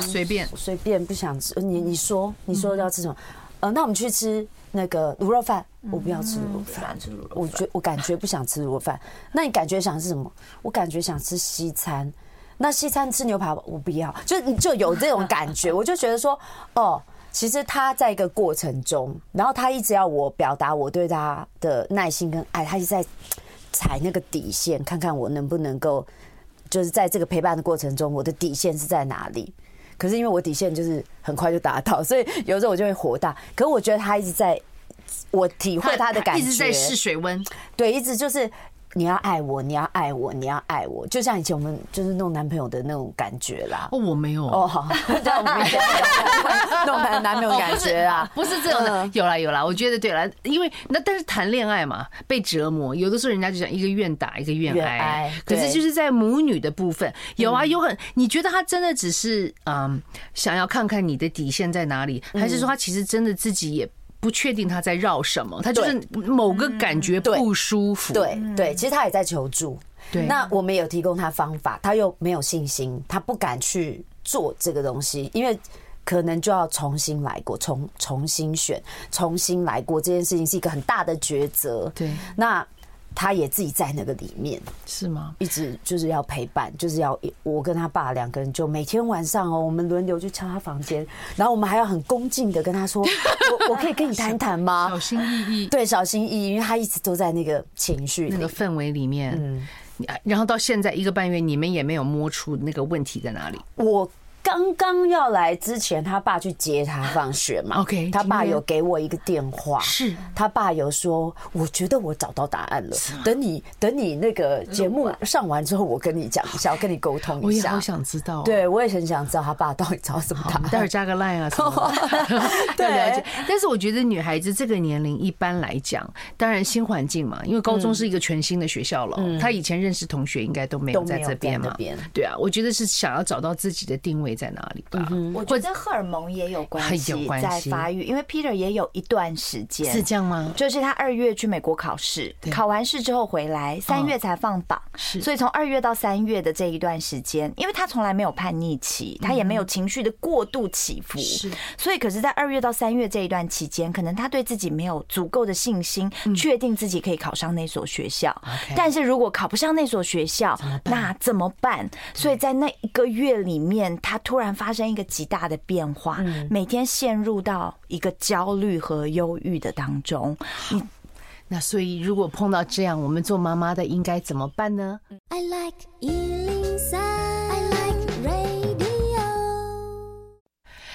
[SPEAKER 3] 随便
[SPEAKER 6] 我随便不想吃，你你说你说要吃什么？呃，那我们去吃那个卤肉饭，我不要吃卤肉饭，我觉我感觉不想吃卤肉饭。那你感觉想吃什么？我感觉想吃西餐。那西餐吃牛排我不要，就你就有这种
[SPEAKER 3] (laughs)
[SPEAKER 6] 感觉，我就觉得说，哦，其实他在一个过程中，然后他一直要我表达我对他的耐心跟爱，他一直在踩那个底线，看看我能不能够，就是在这个陪伴的过程中，我的底线是在哪里。可是因为我底线就是很快就达到，所以有时候我就会火大。可我觉得他一直在，我体会他的感觉，
[SPEAKER 3] 一直在试水温，
[SPEAKER 6] 对，一直就是你要爱我，你要爱我，你要爱我，就像以前我们就是弄男朋友的那种感觉啦。
[SPEAKER 3] 哦，我没有，
[SPEAKER 6] 哦，好，对，我们以前弄男男朋友的感觉啊啦。
[SPEAKER 3] (laughs) 不是这种的，
[SPEAKER 6] 嗯
[SPEAKER 3] 有啦有啦，我觉得对啦，因为那但是谈恋爱嘛，被折磨，有的时候人家就讲一个愿打一个愿
[SPEAKER 6] 愿
[SPEAKER 3] 挨
[SPEAKER 6] 挨，
[SPEAKER 3] 可是
[SPEAKER 6] 对
[SPEAKER 3] 就是在母女的部分，有啊有很，你觉得他真的只是嗯想要看看你的底线在哪里，
[SPEAKER 6] 嗯
[SPEAKER 3] 还是说他其实真的自己也不确定他在绕什么，他就是某个感觉
[SPEAKER 6] 嗯对
[SPEAKER 3] 不舒服，
[SPEAKER 6] 对对，其实他也在求助。
[SPEAKER 3] 嗯对
[SPEAKER 6] 那我们有提供他方法，他又没有信心，他不敢去做这个东西，因为可能就要重新来过，重重新选，重新来过这件事情是一个很大的抉择。
[SPEAKER 3] 对，
[SPEAKER 6] 那他也自己在那个里面，
[SPEAKER 3] 是吗？
[SPEAKER 6] 一直就是要陪伴，就是要我跟他爸两个人就每天晚上哦，我们轮流去敲他房间，然后我们还要很恭敬的跟他说， (laughs) 我我可以跟你谈谈吗
[SPEAKER 3] 小？心翼翼，
[SPEAKER 6] 啊对，小心翼翼，因为他一直都在那个情绪
[SPEAKER 3] 那
[SPEAKER 6] 里
[SPEAKER 3] 个。氛围里面，嗯，然后到现在一个半月，你们也没有摸出那个问题在哪里。
[SPEAKER 6] 我刚刚要来之前，他爸去接他放学嘛
[SPEAKER 3] OK，
[SPEAKER 6] 他爸
[SPEAKER 3] 今天
[SPEAKER 6] 有给我一个电话，
[SPEAKER 3] 是
[SPEAKER 6] 他爸有说，我觉得我找到答案了，等你等你那个节目上完之后，我跟你讲一下，我跟你沟通
[SPEAKER 3] 我
[SPEAKER 6] 一
[SPEAKER 3] 也
[SPEAKER 6] 下
[SPEAKER 3] 好。想知道、哦。
[SPEAKER 6] 对，我也很想知道他爸到底找到什么
[SPEAKER 3] 好，
[SPEAKER 6] 答
[SPEAKER 3] 我们待会
[SPEAKER 6] 案
[SPEAKER 3] 儿。
[SPEAKER 6] (laughs)
[SPEAKER 3] 加个 line 啊什么的，
[SPEAKER 6] 对
[SPEAKER 3] 要 (laughs) 了解。但是我觉得女孩子这个年龄，一般来讲，当然新环境嘛，因为高中是一个全新的学校了，她以前认识同学应该都没有
[SPEAKER 6] 嗯都
[SPEAKER 3] 在
[SPEAKER 6] 没有
[SPEAKER 3] 这边
[SPEAKER 6] 在
[SPEAKER 3] 嘛
[SPEAKER 6] 那边。
[SPEAKER 3] 对啊，我觉得是想要找到自己的定位在哪里
[SPEAKER 6] 嗯
[SPEAKER 3] 吧。
[SPEAKER 5] 我觉得荷尔蒙也嗯有关
[SPEAKER 3] 很有
[SPEAKER 5] 系
[SPEAKER 3] 关，
[SPEAKER 5] 在
[SPEAKER 3] 系
[SPEAKER 5] 发育，因为 Peter 也有一段时间
[SPEAKER 3] 是这样吗？
[SPEAKER 5] 就是他二月去美国考试，考完试之后回来，三月才放榜，
[SPEAKER 3] 是
[SPEAKER 5] 所以从二月到三月的这一段时间，因为他从来没有叛逆期，他也没有情绪的过度起伏，
[SPEAKER 3] 是
[SPEAKER 5] 所以可是，在二月到三月这一段期间，可能他对自己没有足够的信心，确定自己可以考上那所学校。但是如果考不上那所学校，那怎么办？所以在那一个月里面，他突然发生一个极大的变化，每天陷入到一个焦虑和忧郁的当中。
[SPEAKER 3] 那所以如果碰到这样，我们做妈妈的应该怎么办呢？
[SPEAKER 7] I like Ealing Sound. I like radio.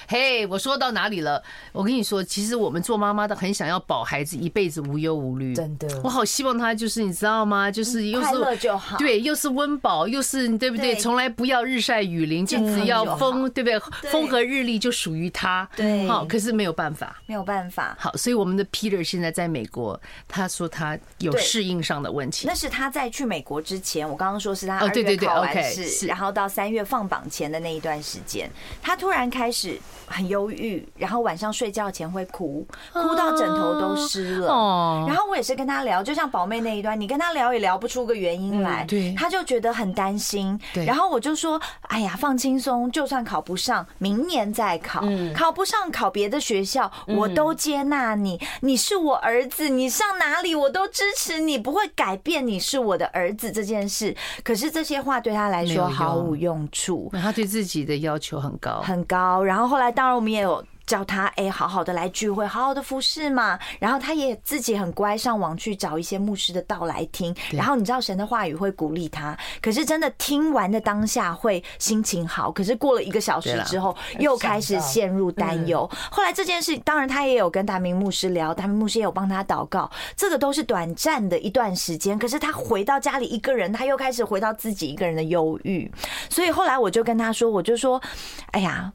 [SPEAKER 3] 嘿，我说到哪里了？我跟你说，其实我们做妈妈的很想要保孩子一辈子无忧无虑，
[SPEAKER 6] 真的
[SPEAKER 3] 我好希望他就是你知道吗？就是又是
[SPEAKER 5] 嗯快乐就好
[SPEAKER 3] 对，又是温饱，又是你对不对？
[SPEAKER 5] 对
[SPEAKER 3] 从来不要日晒雨淋，就只要风，对不对？
[SPEAKER 5] 对
[SPEAKER 3] 风和日丽就属于他，
[SPEAKER 5] 对
[SPEAKER 3] 好，可是没有办法。
[SPEAKER 5] 没有办法，
[SPEAKER 3] 好，所以我们的 Peter 现在在美国，他说他有
[SPEAKER 5] 对
[SPEAKER 3] 适应上的问题
[SPEAKER 5] 那。是他在去美国之前，我刚刚说是他
[SPEAKER 3] 哦
[SPEAKER 5] 二
[SPEAKER 3] 对对
[SPEAKER 5] 月
[SPEAKER 3] 对
[SPEAKER 5] 考完试，
[SPEAKER 3] OK，是
[SPEAKER 5] 然后到三月放榜前的那一段时间，他突然开始很忧郁，然后晚上睡觉前会哭，哭到枕头都湿了。
[SPEAKER 3] 哦
[SPEAKER 5] 然后我也是跟他聊，就像宝妹那一段，你跟他聊也聊不出个原因来，
[SPEAKER 3] 嗯对
[SPEAKER 5] 他就觉得很担心。
[SPEAKER 3] 对
[SPEAKER 5] 然后我就说，哎呀，放轻松，就算考不上，明年再考，
[SPEAKER 3] 嗯
[SPEAKER 5] 考不上考别的学校，我都接纳你，你是我儿子，你上哪里我都支持你，不会改变你是我的儿子这件事。可是这些话对他来
[SPEAKER 3] 没有
[SPEAKER 5] 说
[SPEAKER 3] 用
[SPEAKER 5] 毫无用处。
[SPEAKER 3] 那他对自己的要求很高，
[SPEAKER 5] 很高。然后后来，当然我们也有。叫他哎、好好的来聚会，好好的服侍嘛。然后他也自己很乖，上网去找一些牧师的道来听。然后你知道神的话语会鼓励他，可是真的听完的当下会心情好，可是过了一个小
[SPEAKER 3] 对
[SPEAKER 5] 时
[SPEAKER 3] 啦
[SPEAKER 5] 之后又开始陷入担忧。后来这件事，当然他也有跟达明牧师聊，达明牧师也有帮他祷告。这个都是短暂的一段时间，可是他回到家里一个人，他又开始回到自己一个人的忧郁。所以后来我就跟他说，我就说，哎呀，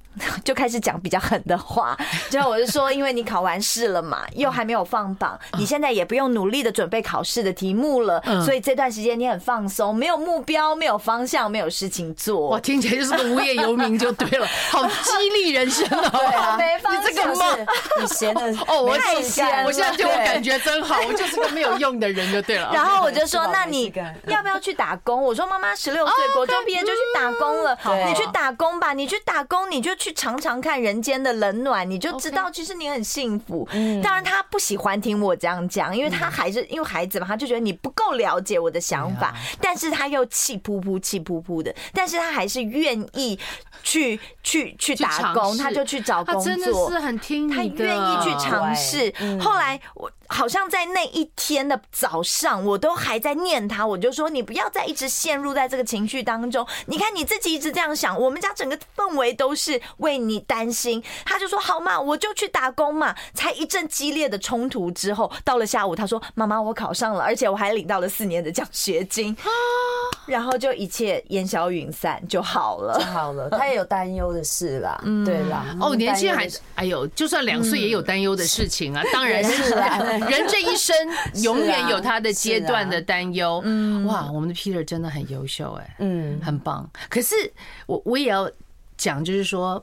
[SPEAKER 5] 就开始讲比较狠的话。之后我就说，因为你考完试了嘛，又还没有放榜，你现在也不用努力的准备考试的题目了，所以这段时间你很放松，没有目标，没有方向，没有事情
[SPEAKER 3] 哇，
[SPEAKER 5] 做。
[SPEAKER 3] 听起来就是个无业游民就对
[SPEAKER 5] (laughs)
[SPEAKER 3] 了，好激励人生哦！
[SPEAKER 6] 对啊
[SPEAKER 5] 没方
[SPEAKER 3] 你这
[SPEAKER 5] 向
[SPEAKER 3] 个梦。
[SPEAKER 6] 你闲的
[SPEAKER 3] (laughs) 哦，我
[SPEAKER 5] 太闲了
[SPEAKER 3] 我现在对我感觉真好，我就是个没有用的人就对了。
[SPEAKER 5] (laughs) 然后我就
[SPEAKER 6] 吃
[SPEAKER 5] 说：“
[SPEAKER 6] 饱没
[SPEAKER 5] 那
[SPEAKER 6] 事
[SPEAKER 5] 你
[SPEAKER 6] 干
[SPEAKER 5] 要不要去打工？”我说：“妈妈十六岁，
[SPEAKER 3] 哦
[SPEAKER 5] 国中毕业就去打工
[SPEAKER 3] 嗯
[SPEAKER 5] 了。
[SPEAKER 6] 啊
[SPEAKER 5] 你去打工吧，你去打工，你就去尝尝看人间的冷暖，你就知道其实你很幸福。
[SPEAKER 3] 嗯
[SPEAKER 5] 当然，他不喜欢听我这样讲，因为他还是因为孩子嘛，他就觉得你不够了解我的想法。
[SPEAKER 3] 嗯
[SPEAKER 5] 但是他又气扑扑、气扑扑的，但是他还是愿意去去去
[SPEAKER 3] 去
[SPEAKER 5] 打
[SPEAKER 3] 尝
[SPEAKER 5] 工，
[SPEAKER 3] 试
[SPEAKER 5] 他就去找
[SPEAKER 3] 他
[SPEAKER 5] 工作，
[SPEAKER 3] 真的是很听
[SPEAKER 5] 他
[SPEAKER 3] 你的，
[SPEAKER 5] 愿意去尝试。后来我好像在那一天的早上，我都还在念他，我就说你不要再一直陷入在这个情绪当中。你看你自己一直这样想，我们家整个氛围都是为你担心。他就说好嘛，我就去打工嘛。才一阵激烈的冲突之后，到了下午，他说妈妈，我考上了，而且我还领到了四年的奖学金。然后就一切烟消云散就好了。
[SPEAKER 6] 好了，他也有担忧的
[SPEAKER 3] (laughs)
[SPEAKER 6] 事啦，对啦。
[SPEAKER 3] 哦，年轻人还
[SPEAKER 6] 担忧的事
[SPEAKER 3] 哎呦，就算两岁也
[SPEAKER 5] 嗯
[SPEAKER 3] 有担忧的事情啊，当然是啦。人这一
[SPEAKER 5] (laughs)
[SPEAKER 3] 生
[SPEAKER 5] 啊
[SPEAKER 3] 永远有他的阶段的担忧。嗯，哇，我们的 Peter 真的很优秀哎、
[SPEAKER 6] 嗯，
[SPEAKER 3] 很棒。可是我我也要讲，就是说。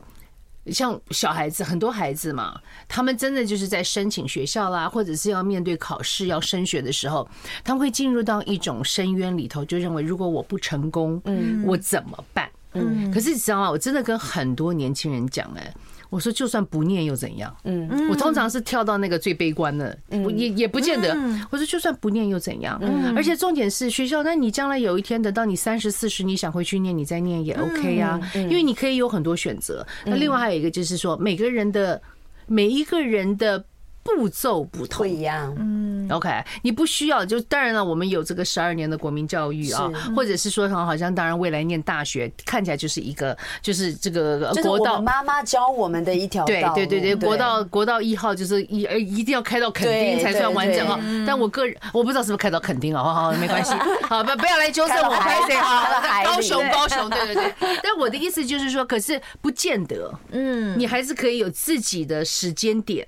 [SPEAKER 3] 像小孩子，很多孩子嘛，他们真的就是在申请学校啦，或者是要面对考试、要升学的时候，他们会进入到一种深渊里头，就认为如果我不成功，嗯，我怎么办？嗯，可是你知道吗？我真的跟很多年轻人讲，哎，我说就算不念又怎样？嗯，我通常是跳到那个最悲观的，我也也不见得。我说就算不念又怎样？而且重点是学校，那你将来有一天等到你三十四十，你想回去念，你再念也 OK 呀、啊，因为你可以有很多选择。那另外还有一个就是说，每个人的每一个人的步骤不
[SPEAKER 6] 不
[SPEAKER 3] 同，
[SPEAKER 6] 一样，
[SPEAKER 3] 嗯
[SPEAKER 6] 嗯
[SPEAKER 3] OK，你不需要就当然了，我们有这个十二年的国民教育啊，或者是说好好像当然未来念大学看起来就是一个就是这个呃
[SPEAKER 6] 就是我
[SPEAKER 3] 国道
[SPEAKER 6] 们。妈妈教我们的一条
[SPEAKER 3] 对
[SPEAKER 6] 道路
[SPEAKER 3] 对对对，国道国道一号就是一呃一定要开到垦丁
[SPEAKER 6] 对
[SPEAKER 3] 才算完整啊
[SPEAKER 6] 对。
[SPEAKER 3] 但我个人我不知道是不是开到垦丁啊，好好没关
[SPEAKER 6] (laughs)
[SPEAKER 3] 系，好不不要来纠正
[SPEAKER 6] 开到
[SPEAKER 3] 我，
[SPEAKER 6] 海
[SPEAKER 3] 拍谁
[SPEAKER 6] 开到
[SPEAKER 3] 啊？
[SPEAKER 6] 海里
[SPEAKER 3] 高雄
[SPEAKER 6] 对
[SPEAKER 3] 高雄，对对对。但我的意思就是说，可是不见得，嗯，你还是可以有自己的时间点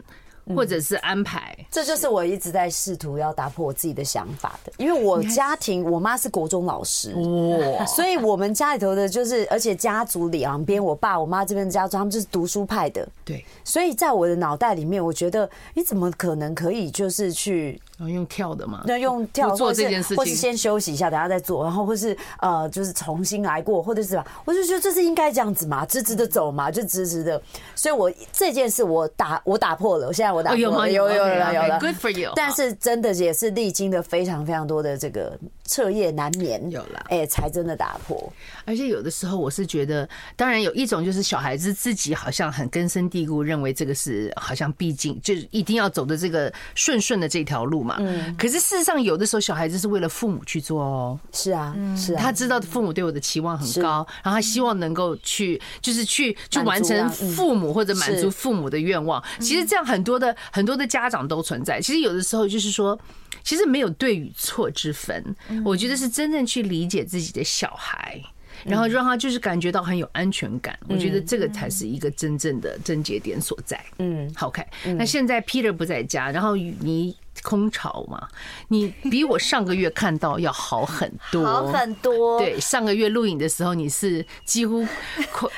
[SPEAKER 6] 嗯
[SPEAKER 3] 或者是安排。
[SPEAKER 6] 这就是我一直在试图要打破我自己的想法的，因为我家庭，我妈是国中老师， (laughs) 所以我们家里头的就是，而且家族里两边，我爸我妈这边的家族，他们就是读书派的，
[SPEAKER 3] 对，
[SPEAKER 6] 所以在我的脑袋里面，我觉得你怎么可能可以就是去
[SPEAKER 3] 然后哦用跳的嘛，
[SPEAKER 6] 那用跳
[SPEAKER 3] 不做
[SPEAKER 6] 或是
[SPEAKER 3] 这件事情
[SPEAKER 6] 或是先休息一下，等下再做，然后或是呃，就是重新来过，或者是什么，我就觉得这是应该这样子嘛，直直的走嘛，就直直的。所以我这件事我打我打破了，我现在我打
[SPEAKER 3] 哦
[SPEAKER 6] 破
[SPEAKER 3] 有吗
[SPEAKER 6] 了，有有
[SPEAKER 3] 有
[SPEAKER 6] 有了有了
[SPEAKER 3] OK，OK，good for you
[SPEAKER 6] 但是真的也是历经了非常非常多的这个彻夜难眠，
[SPEAKER 3] 有啦
[SPEAKER 6] 哎，才真的打破。
[SPEAKER 3] 而且有的时候我是觉得，当然有一种就是小孩子自己好像很根深蒂固，认为这个是好像必经，就是一定要走的这个顺顺的这条路嘛。
[SPEAKER 6] 嗯
[SPEAKER 3] 可是事实上，有的时候小孩子是为了父母去做哦。
[SPEAKER 6] 是啊，是啊，
[SPEAKER 3] 他知道父母对我的期望很高，然后他希望能够去，就是去去
[SPEAKER 6] 满足啊
[SPEAKER 3] 完成
[SPEAKER 6] 嗯
[SPEAKER 3] 父母或者满足
[SPEAKER 6] 是嗯
[SPEAKER 3] 父母的愿望。其实这样很多的很多的家长都存在。其实有的时候就是说。其实没有对与错之分，
[SPEAKER 6] 嗯
[SPEAKER 3] 我觉得是真正去理解自己的小孩，然后让他就是感觉到很有安全感。我觉得这个才是一个真正的症结点所在。
[SPEAKER 6] 嗯，
[SPEAKER 3] 好看。那现在 Peter 不在家，然后雨你空巢嘛，你比我上个月看到要好很多，
[SPEAKER 5] 好 (laughs) 很
[SPEAKER 6] 哦
[SPEAKER 5] 多，
[SPEAKER 3] 对，上个月录影的时候，你是几乎快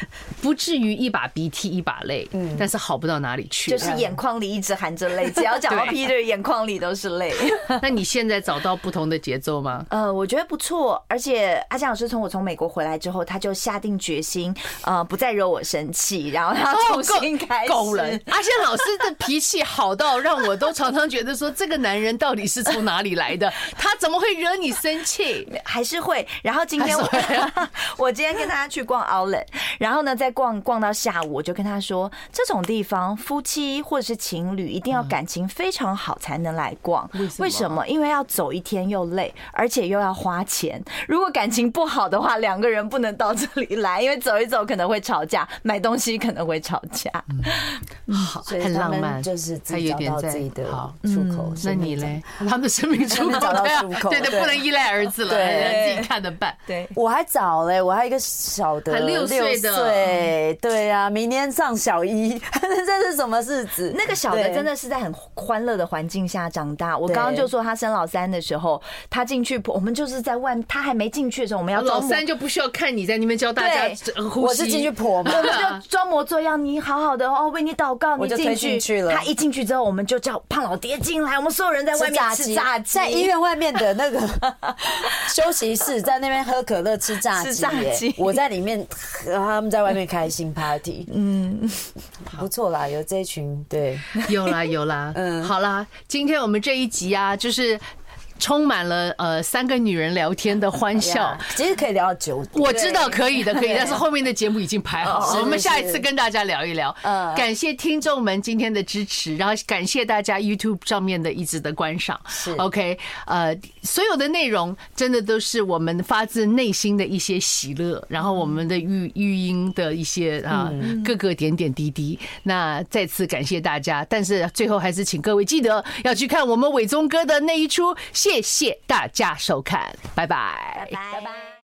[SPEAKER 3] 不至于一把鼻涕一把泪，
[SPEAKER 6] 嗯
[SPEAKER 3] 但是好不到哪里去。啊
[SPEAKER 5] 就是眼眶里一直含着泪，只要讲到
[SPEAKER 3] 对
[SPEAKER 5] Peter，眼眶里都是泪。
[SPEAKER 3] 那你现在找到不同的节奏吗？
[SPEAKER 5] (laughs) 呃，我觉得不错，而且阿江老师从我从美国回来之后，他就下定决心，呃，不再惹我生气，然后
[SPEAKER 6] 啊
[SPEAKER 5] 他重新开始。
[SPEAKER 3] 哦够了！阿宪老师的脾气好到让我都常常觉得说，这个男人到底是从哪里
[SPEAKER 6] (laughs)
[SPEAKER 3] 来的？他怎么会惹你生气？
[SPEAKER 5] 还是会。然后今天我
[SPEAKER 3] 还是
[SPEAKER 5] 我 (laughs) 今天跟他去逛 Outlet，然后呢，在逛逛到下午，我就跟他说，这种地方夫妻或者是情侣一定要感情非常好才能来逛。为什么？因为要走一天又累，而且又要花钱。如果感情不好的话，两个人不能到这里来，因为走一走可能会吵架，买东西可能会吵架。
[SPEAKER 3] 好，
[SPEAKER 6] 所以
[SPEAKER 3] 很
[SPEAKER 6] 他
[SPEAKER 3] 浪漫，
[SPEAKER 6] 们就是自
[SPEAKER 3] 他
[SPEAKER 6] 己
[SPEAKER 3] 有
[SPEAKER 6] 找
[SPEAKER 3] 点
[SPEAKER 6] 到
[SPEAKER 3] 在
[SPEAKER 6] 自己的
[SPEAKER 3] 好。嗯
[SPEAKER 6] 出口。
[SPEAKER 3] 那
[SPEAKER 6] 生命
[SPEAKER 3] 你
[SPEAKER 6] 中
[SPEAKER 3] 嘞？？他们的生命出口，
[SPEAKER 6] 能找到
[SPEAKER 3] 对啊
[SPEAKER 6] 出口
[SPEAKER 3] 对对，
[SPEAKER 6] 对
[SPEAKER 3] 不能依赖儿子了，
[SPEAKER 6] 对
[SPEAKER 3] 哎自己看着办。
[SPEAKER 5] 对， (laughs)
[SPEAKER 6] 我还早嘞，我还有一个小的
[SPEAKER 3] 还六岁的
[SPEAKER 6] 六岁对啊，明天上小一， (laughs) 这是什么日子？
[SPEAKER 5] 那个小的
[SPEAKER 6] 对
[SPEAKER 5] 真的是在很欢乐的环境下长大。我刚刚
[SPEAKER 6] 对
[SPEAKER 5] 就说他升老三的时候，他进去，我们就是在外面，他还没进去的时候，我们要
[SPEAKER 3] 老
[SPEAKER 5] 装模
[SPEAKER 3] 三就不需要看你在那边教大家
[SPEAKER 5] 对
[SPEAKER 3] 呃呼吸，
[SPEAKER 6] 我是进去婆嘛，
[SPEAKER 5] 我们就装模作样，你好好的哦，为你祷告，
[SPEAKER 6] 我
[SPEAKER 5] 你
[SPEAKER 6] 就
[SPEAKER 5] 进
[SPEAKER 6] 推进去了
[SPEAKER 5] 他一进去之后，我们就叫胖老爹进来，我们所有人 (laughs) 在外面吃炸鸡，
[SPEAKER 6] 在医院外面的那个
[SPEAKER 5] (laughs)
[SPEAKER 6] 休息室，在那边喝可乐吃炸鸡耶，
[SPEAKER 5] 吃炸鸡
[SPEAKER 6] 我在里面，他们在外面开心
[SPEAKER 5] (laughs)
[SPEAKER 6] party，嗯，不错啦，有这一群对，
[SPEAKER 3] 有啦有啦，嗯，好啦，今天我们这一集啊，就是充满了呃三个女人聊天的欢
[SPEAKER 6] 哎
[SPEAKER 3] 笑。
[SPEAKER 6] 啊其实可以聊到九点，
[SPEAKER 3] 我知道可以的，可以，但是后面的节目已经排好了，我们下一次跟大家聊一聊。
[SPEAKER 6] 嗯
[SPEAKER 3] 感谢听众们今天的支持，然后感谢大家 YouTube 上面的一直的观赏。
[SPEAKER 6] 是
[SPEAKER 3] OK，呃，所有的内容真的都是我们发自内心的一些喜乐，然后我们的育育婴的一些啊各个点点滴滴。那再次感谢大家，但是最后还是请各位记得要去看我们伟忠哥的那一出，谢谢大家收看，拜拜
[SPEAKER 5] 拜拜。